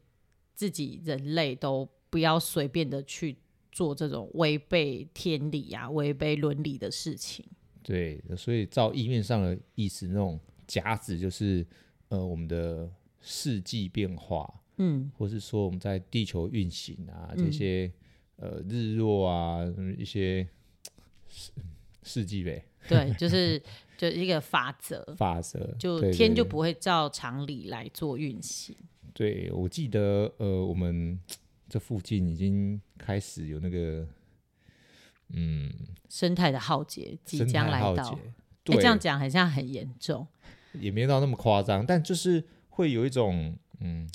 S2: 自己人类都不要随便的去做这种违背天理啊、违背伦理的事情。
S1: 对，所以照意面上的意思，那种甲子就是呃我们的世纪变化，
S2: 嗯，
S1: 或是说我们在地球运行啊这
S2: 嗯
S1: 些、呃日落啊嗯一些世世纪呗
S2: 对， 就是就一个法则，
S1: 法则，
S2: 就
S1: 对
S2: 天就
S1: 对
S2: 不会照常理来做运行。
S1: 对，我记得呃，我们这附近已经开始有那个嗯，
S2: 生态的浩劫即
S1: 生
S2: 将
S1: 态
S2: 来
S1: 浩
S2: 到
S1: 劫，，
S2: 哎，
S1: 对，
S2: 这样讲好像很严重。
S1: 也没到那么夸张，但就是会有一种嗯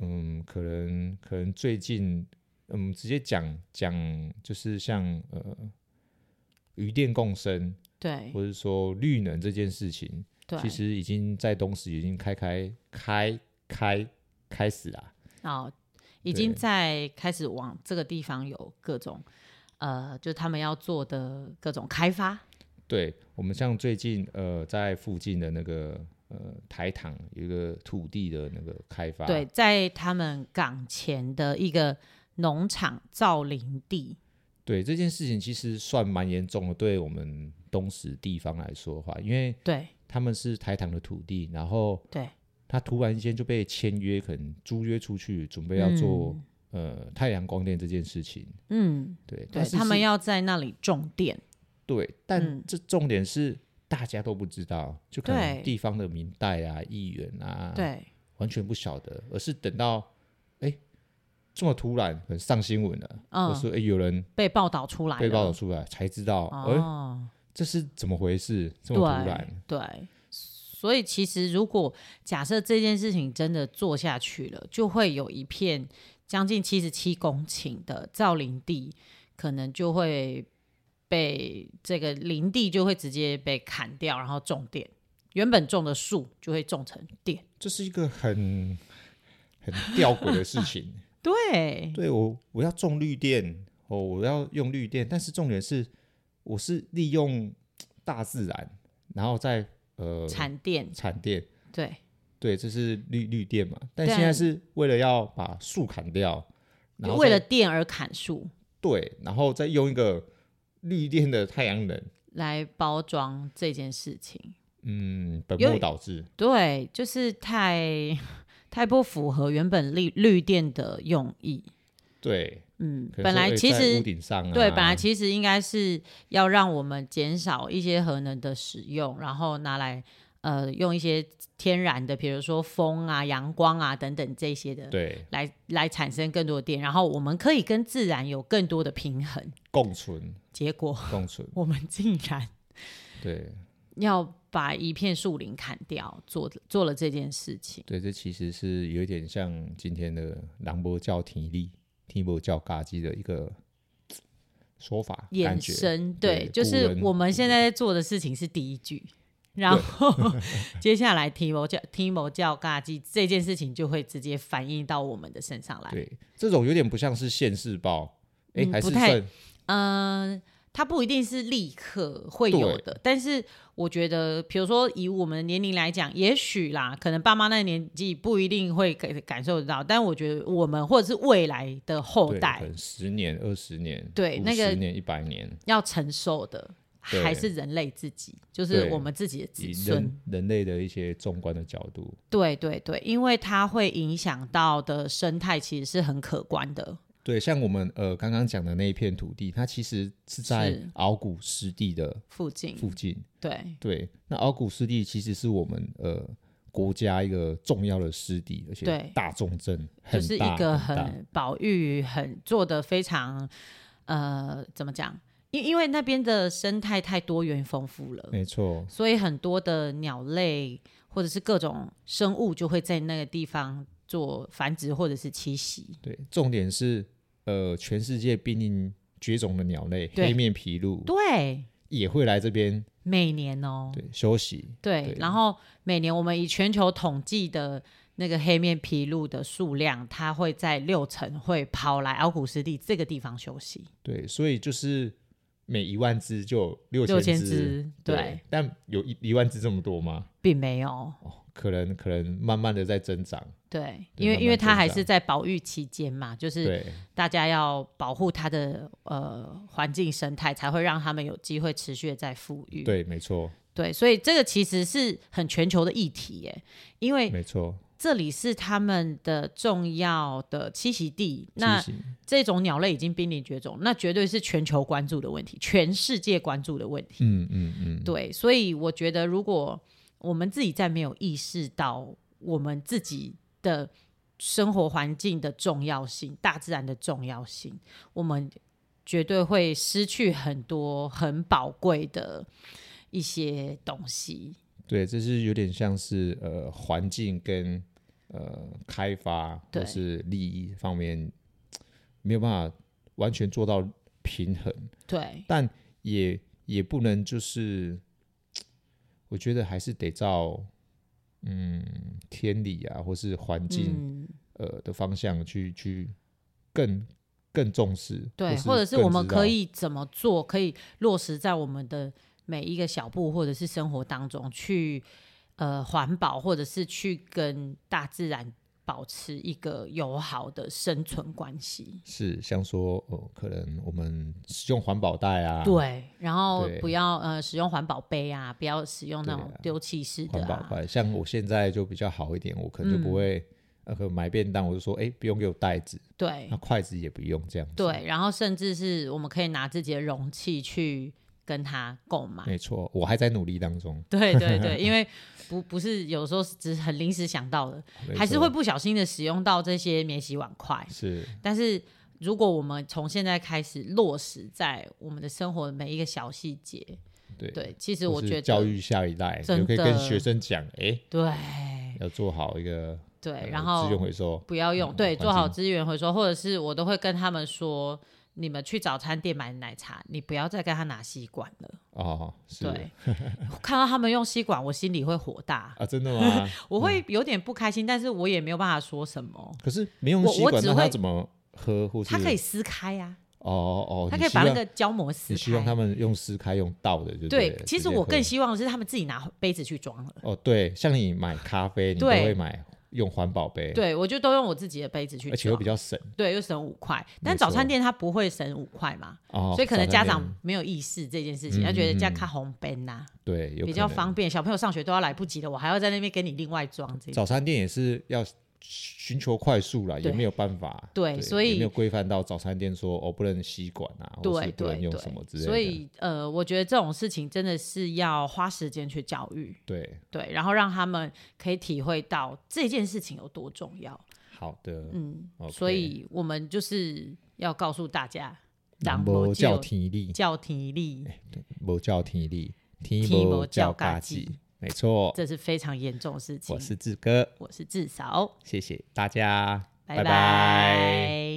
S1: 嗯，可能可能最近嗯，直接讲讲就是像呃鱼电共生，
S2: 对
S1: 或者说绿能这件事情，
S2: 对，
S1: 其实已经在东石已经开开开开开始啦。
S2: 哦，已经
S1: 对
S2: 在开始往这个地方有各种呃，就他们要做的各种开发。
S1: 对，我们像最近呃，在附近的那个呃台糖有一个土地的那个开发，
S2: 对，在他们港前的一个农场造林地，
S1: 对这件事情其实算蛮严重的，对我们东石地方来说的话，因为
S2: 对
S1: 他们是台糖的土地，然后
S2: 对
S1: 他突然间就被签约，可能租约出去，准备要做、呃太阳光电这件事情，
S2: 嗯，
S1: 对，
S2: 对
S1: 但是
S2: 他们
S1: 是
S2: 要在那里种电，
S1: 对，但
S2: 嗯
S1: 这重点是。大家都不知道，就可能
S2: 对
S1: 地方的民代啊、议员啊，
S2: 对
S1: 完全不晓得，而是等到哎、诶这么突然，可能上新闻了，
S2: 嗯
S1: 或是哎、诶有人
S2: 被报道出来
S1: 被报道
S2: 了。
S1: 出来，才知道，哎、
S2: 哦，
S1: 这是怎么回事？这
S2: 对
S1: 么突然，
S2: 对。所以其实，如果假设这件事情真的做下去了，就会有一片将近七十七公顷的造林地，可能就会被这个林地就会直接被砍掉，然后种电。原本种的树就会种成电。
S1: 这是一个很很吊诡的事 情。
S2: 对
S1: 对我，我要种绿电，哦，我要用绿电，但是重点是，我是利用大自然，然后再呃
S2: 产电，
S1: 产电，
S2: 对
S1: 对，这是绿绿电嘛。但
S2: 对啊
S1: 现在是为了要把树砍掉，然后
S2: 为
S1: 再
S2: 了电而砍树
S1: 对，然后再用一个绿电的太阳能，
S2: 来包装这件事情，
S1: 嗯，本
S2: 有
S1: 末
S2: 点
S1: 倒置，
S2: 对，就是太太不符合原本绿绿电的用意。
S1: 对。
S2: 嗯，
S1: 可能
S2: 本
S1: 说
S2: 来
S1: 哎
S2: 其
S1: 在
S2: 实
S1: 屋顶上啊，
S2: 对，本来其实应该是要让我们减少一些核能的使用，然后拿来呃用一些天然的，比如说风啊、阳光啊等等这些的，
S1: 对
S2: 来来产生更多的电，然后我们可以跟自然有更多的平衡。
S1: 共存
S2: 结果
S1: 共存，
S2: 我们竟然
S1: 对
S2: 要把一片树林砍掉，做做了这件事情。
S1: 对，这其实是有一点像今天的朗博教体力、提博教嘎叽的一个说法感
S2: 衍
S1: 觉，
S2: 生，
S1: 对
S2: 对，就
S1: 古
S2: 是
S1: 人嗯
S2: 我们现在在做的事情是第一句，然后 接下来提摩教提摩教尬技这件事情就会直接反映到我们的身上来。
S1: 对，这种有点不像是现世报，哎、
S2: 嗯
S1: 还
S2: 不
S1: 是
S2: 太
S1: 剩
S2: 嗯、它不一定是立刻会有的，但是我觉得，比如说以我们的年龄来讲，也许啦，可能爸妈那个年纪不一定会感感受得到，但我觉得我们或者是未来的后
S1: 对，
S2: 代
S1: 可能十年、二十年，
S2: 对那个
S1: 十年、一百年，
S2: 要承受的。
S1: 对
S2: 还是人类自己，就是
S1: 对
S2: 我们自己的
S1: 以
S2: 子孙
S1: 人人类的一些纵观的角度，
S2: 对对对，因为它会影响到的生态其实是很可观的。
S1: 对，像我们呃刚刚讲的那一片土地，它其实是在
S2: 是
S1: 鳌骨湿地的
S2: 附近，
S1: 附近，
S2: 对
S1: 对，那鳌骨湿地其实是我们呃国家一个重要的湿地，而且
S2: 对
S1: 大重镇，很
S2: 就是
S1: 大
S2: 一个
S1: 很大
S2: 很保育、很做的非常呃，怎么讲？因因为那边的生态太多元丰富了，
S1: 没错，
S2: 所以很多的鸟类或者是各种生物就会在那个地方做繁殖或者是栖息。
S1: 对，重点是呃全世界濒临绝种的鸟类，
S2: 对
S1: 黑面琵鹭
S2: 对，
S1: 也会来这边
S2: 每年哦、
S1: 对休息，
S2: 对，
S1: 对
S2: 然后每年我们以全球统计的那个黑面琵鹭的数量，它会在六成会跑来奥古斯地这个地方休息，
S1: 对，所以就是每一万只就六
S2: 六千
S1: 只，
S2: 只，对，
S1: 但有一一万只这么多吗？
S2: 并没有，
S1: 哦，可能可能慢慢的在增长，
S2: 对，
S1: 对
S2: 因
S1: 慢
S2: 为
S1: 慢
S2: 因为它
S1: 增
S2: 还
S1: 长
S2: 是在保育期间嘛，就是
S1: 对
S2: 大家要保护它的呃环境生态，才会让它们有机会持续的在富裕，
S1: 对，没错
S2: 对，所以这个其实是很全球的议题耶，因为
S1: 没错，
S2: 这里是他们的重要的栖息地，那
S1: 提醒
S2: 这种鸟类已经濒临绝种，那绝对是全球关注的问题，全世界关注的问题。
S1: 嗯嗯嗯，
S2: 对，所以我觉得，如果我们自己在没有意识到我们自己的生活环境的重要性、大自然的重要性，我们绝对会失去很多很宝贵的一些东西。
S1: 对，这是有点像是呃环境跟呃开发或
S2: 对
S1: 是利益方面没有办法完全做到平衡，
S2: 对，
S1: 但也也不能就是，我觉得还是得照嗯天理啊或是环境、
S2: 嗯，
S1: 呃的方向去去更更重视，
S2: 对，
S1: 或
S2: 或者是
S1: 更
S2: 我们
S1: 知道
S2: 可以怎么做，可以落实在我们的每一个小步或者是生活当中去，呃，环保或者是去跟大自然保持一个友好的生存关系。
S1: 是像说呃可能我们使用环保袋啊，
S2: 对，然后
S1: 对
S2: 不要呃使用环保杯啊，不要使用那
S1: 对
S2: 种
S1: 啊
S2: 丢弃式的
S1: 环保
S2: 啊，
S1: 袋。像我现在就比较好一点，我可能就不
S2: 嗯
S1: 会呃可能买便当，我就说哎、不用给我袋子，
S2: 对
S1: 那筷子也不用这样子。，
S2: 对，然后甚至是我们可以拿自己的容器去跟它购买。
S1: 没错，我还在努力当中，
S2: 对对 对，因为不不是有时候只是很临时想到的，
S1: 没
S2: 还是
S1: 错
S2: 会不小心的使用到这些免洗碗筷。
S1: 是
S2: 但是如果我们从现在开始落实在我们的生活的每一个小细节，
S1: 对。
S2: 对，其实
S1: 或
S2: 我
S1: 是
S2: 觉得
S1: 教育下一代，
S2: 真
S1: 就可以跟
S2: 的
S1: 学生讲，哎、
S2: 对
S1: 要做好一个
S2: 对
S1: 呃，
S2: 然
S1: 资源
S2: 后
S1: 回收，
S2: 不要用
S1: 嗯
S2: 对
S1: 环
S2: 做好
S1: 境
S2: 资源回收，或者是我都会跟他们说，你们去早餐店买奶茶，你不要再跟他拿吸管了。
S1: 哦，是
S2: 对， 看到他们用吸管，我心里会火大，
S1: 啊，嗯真的吗？
S2: 我会有点不开心，但是我也没有办法说什么。
S1: 可是没用
S2: 我
S1: 吸
S2: 我
S1: 管，
S2: 只
S1: 那他
S2: 会
S1: 怎么喝？或是
S2: 它可以撕开呀、
S1: 哦哦，
S2: 它
S1: 你
S2: 可以
S1: 希
S2: 把那
S1: 望
S2: 个胶膜撕
S1: 你希望
S2: 开
S1: 他。们用撕开用倒的，就
S2: 对
S1: 了，
S2: 其
S1: 直
S2: 实
S1: 接
S2: 我
S1: 喝
S2: 更希望的是他们自己拿杯子去装了。
S1: 哦，对，像你买咖啡，你都
S2: 对
S1: 会买用环保杯，，
S2: 对，我就都用我自己的杯子去
S1: 而且会
S2: 装
S1: 比，较省
S2: 对，又省五块。但
S1: 没
S2: 早餐
S1: 错
S2: 店它不会省五块嘛，
S1: 哦。
S2: 所以可能
S1: 早
S2: 家
S1: 餐
S2: 长
S1: 店
S2: 没有意识这件事情，他觉得
S1: 嗯嗯
S2: 这样
S1: 嗯
S2: 看红边呐，
S1: 对有
S2: 比
S1: 可
S2: 较
S1: 能
S2: 方便，小朋友上学都要来不及了，我还要在那边给你另外装这个。
S1: 早餐店也是要寻求快速啦，也
S2: 对
S1: 没有办法。
S2: 对所
S1: 也
S2: 以
S1: 没有规范到早餐店说哦，不能吸管啊，或
S2: 对
S1: 是不
S2: 对
S1: 能用什么之类的。
S2: 对，所以呃，我觉得这种事情真的是要花时间去教育，
S1: 对，
S2: 对，然后让他们可以体会到这件事情有多重要。
S1: 好的，
S2: 嗯
S1: OK
S2: 所以我们就是要告诉大家，
S1: 人
S2: 没
S1: 无叫
S2: 有
S1: 天理，
S2: 叫体力，
S1: 无叫天理，天
S2: 天
S1: 无
S2: 无
S1: 叫
S2: 叫
S1: 嘎
S2: 嘎
S1: 叽
S2: 叽，
S1: 没错。
S2: 这是非常严重的事情。
S1: 我是志哥，
S2: 我是志嫂，
S1: 谢谢大家，
S2: 拜
S1: 拜
S2: 拜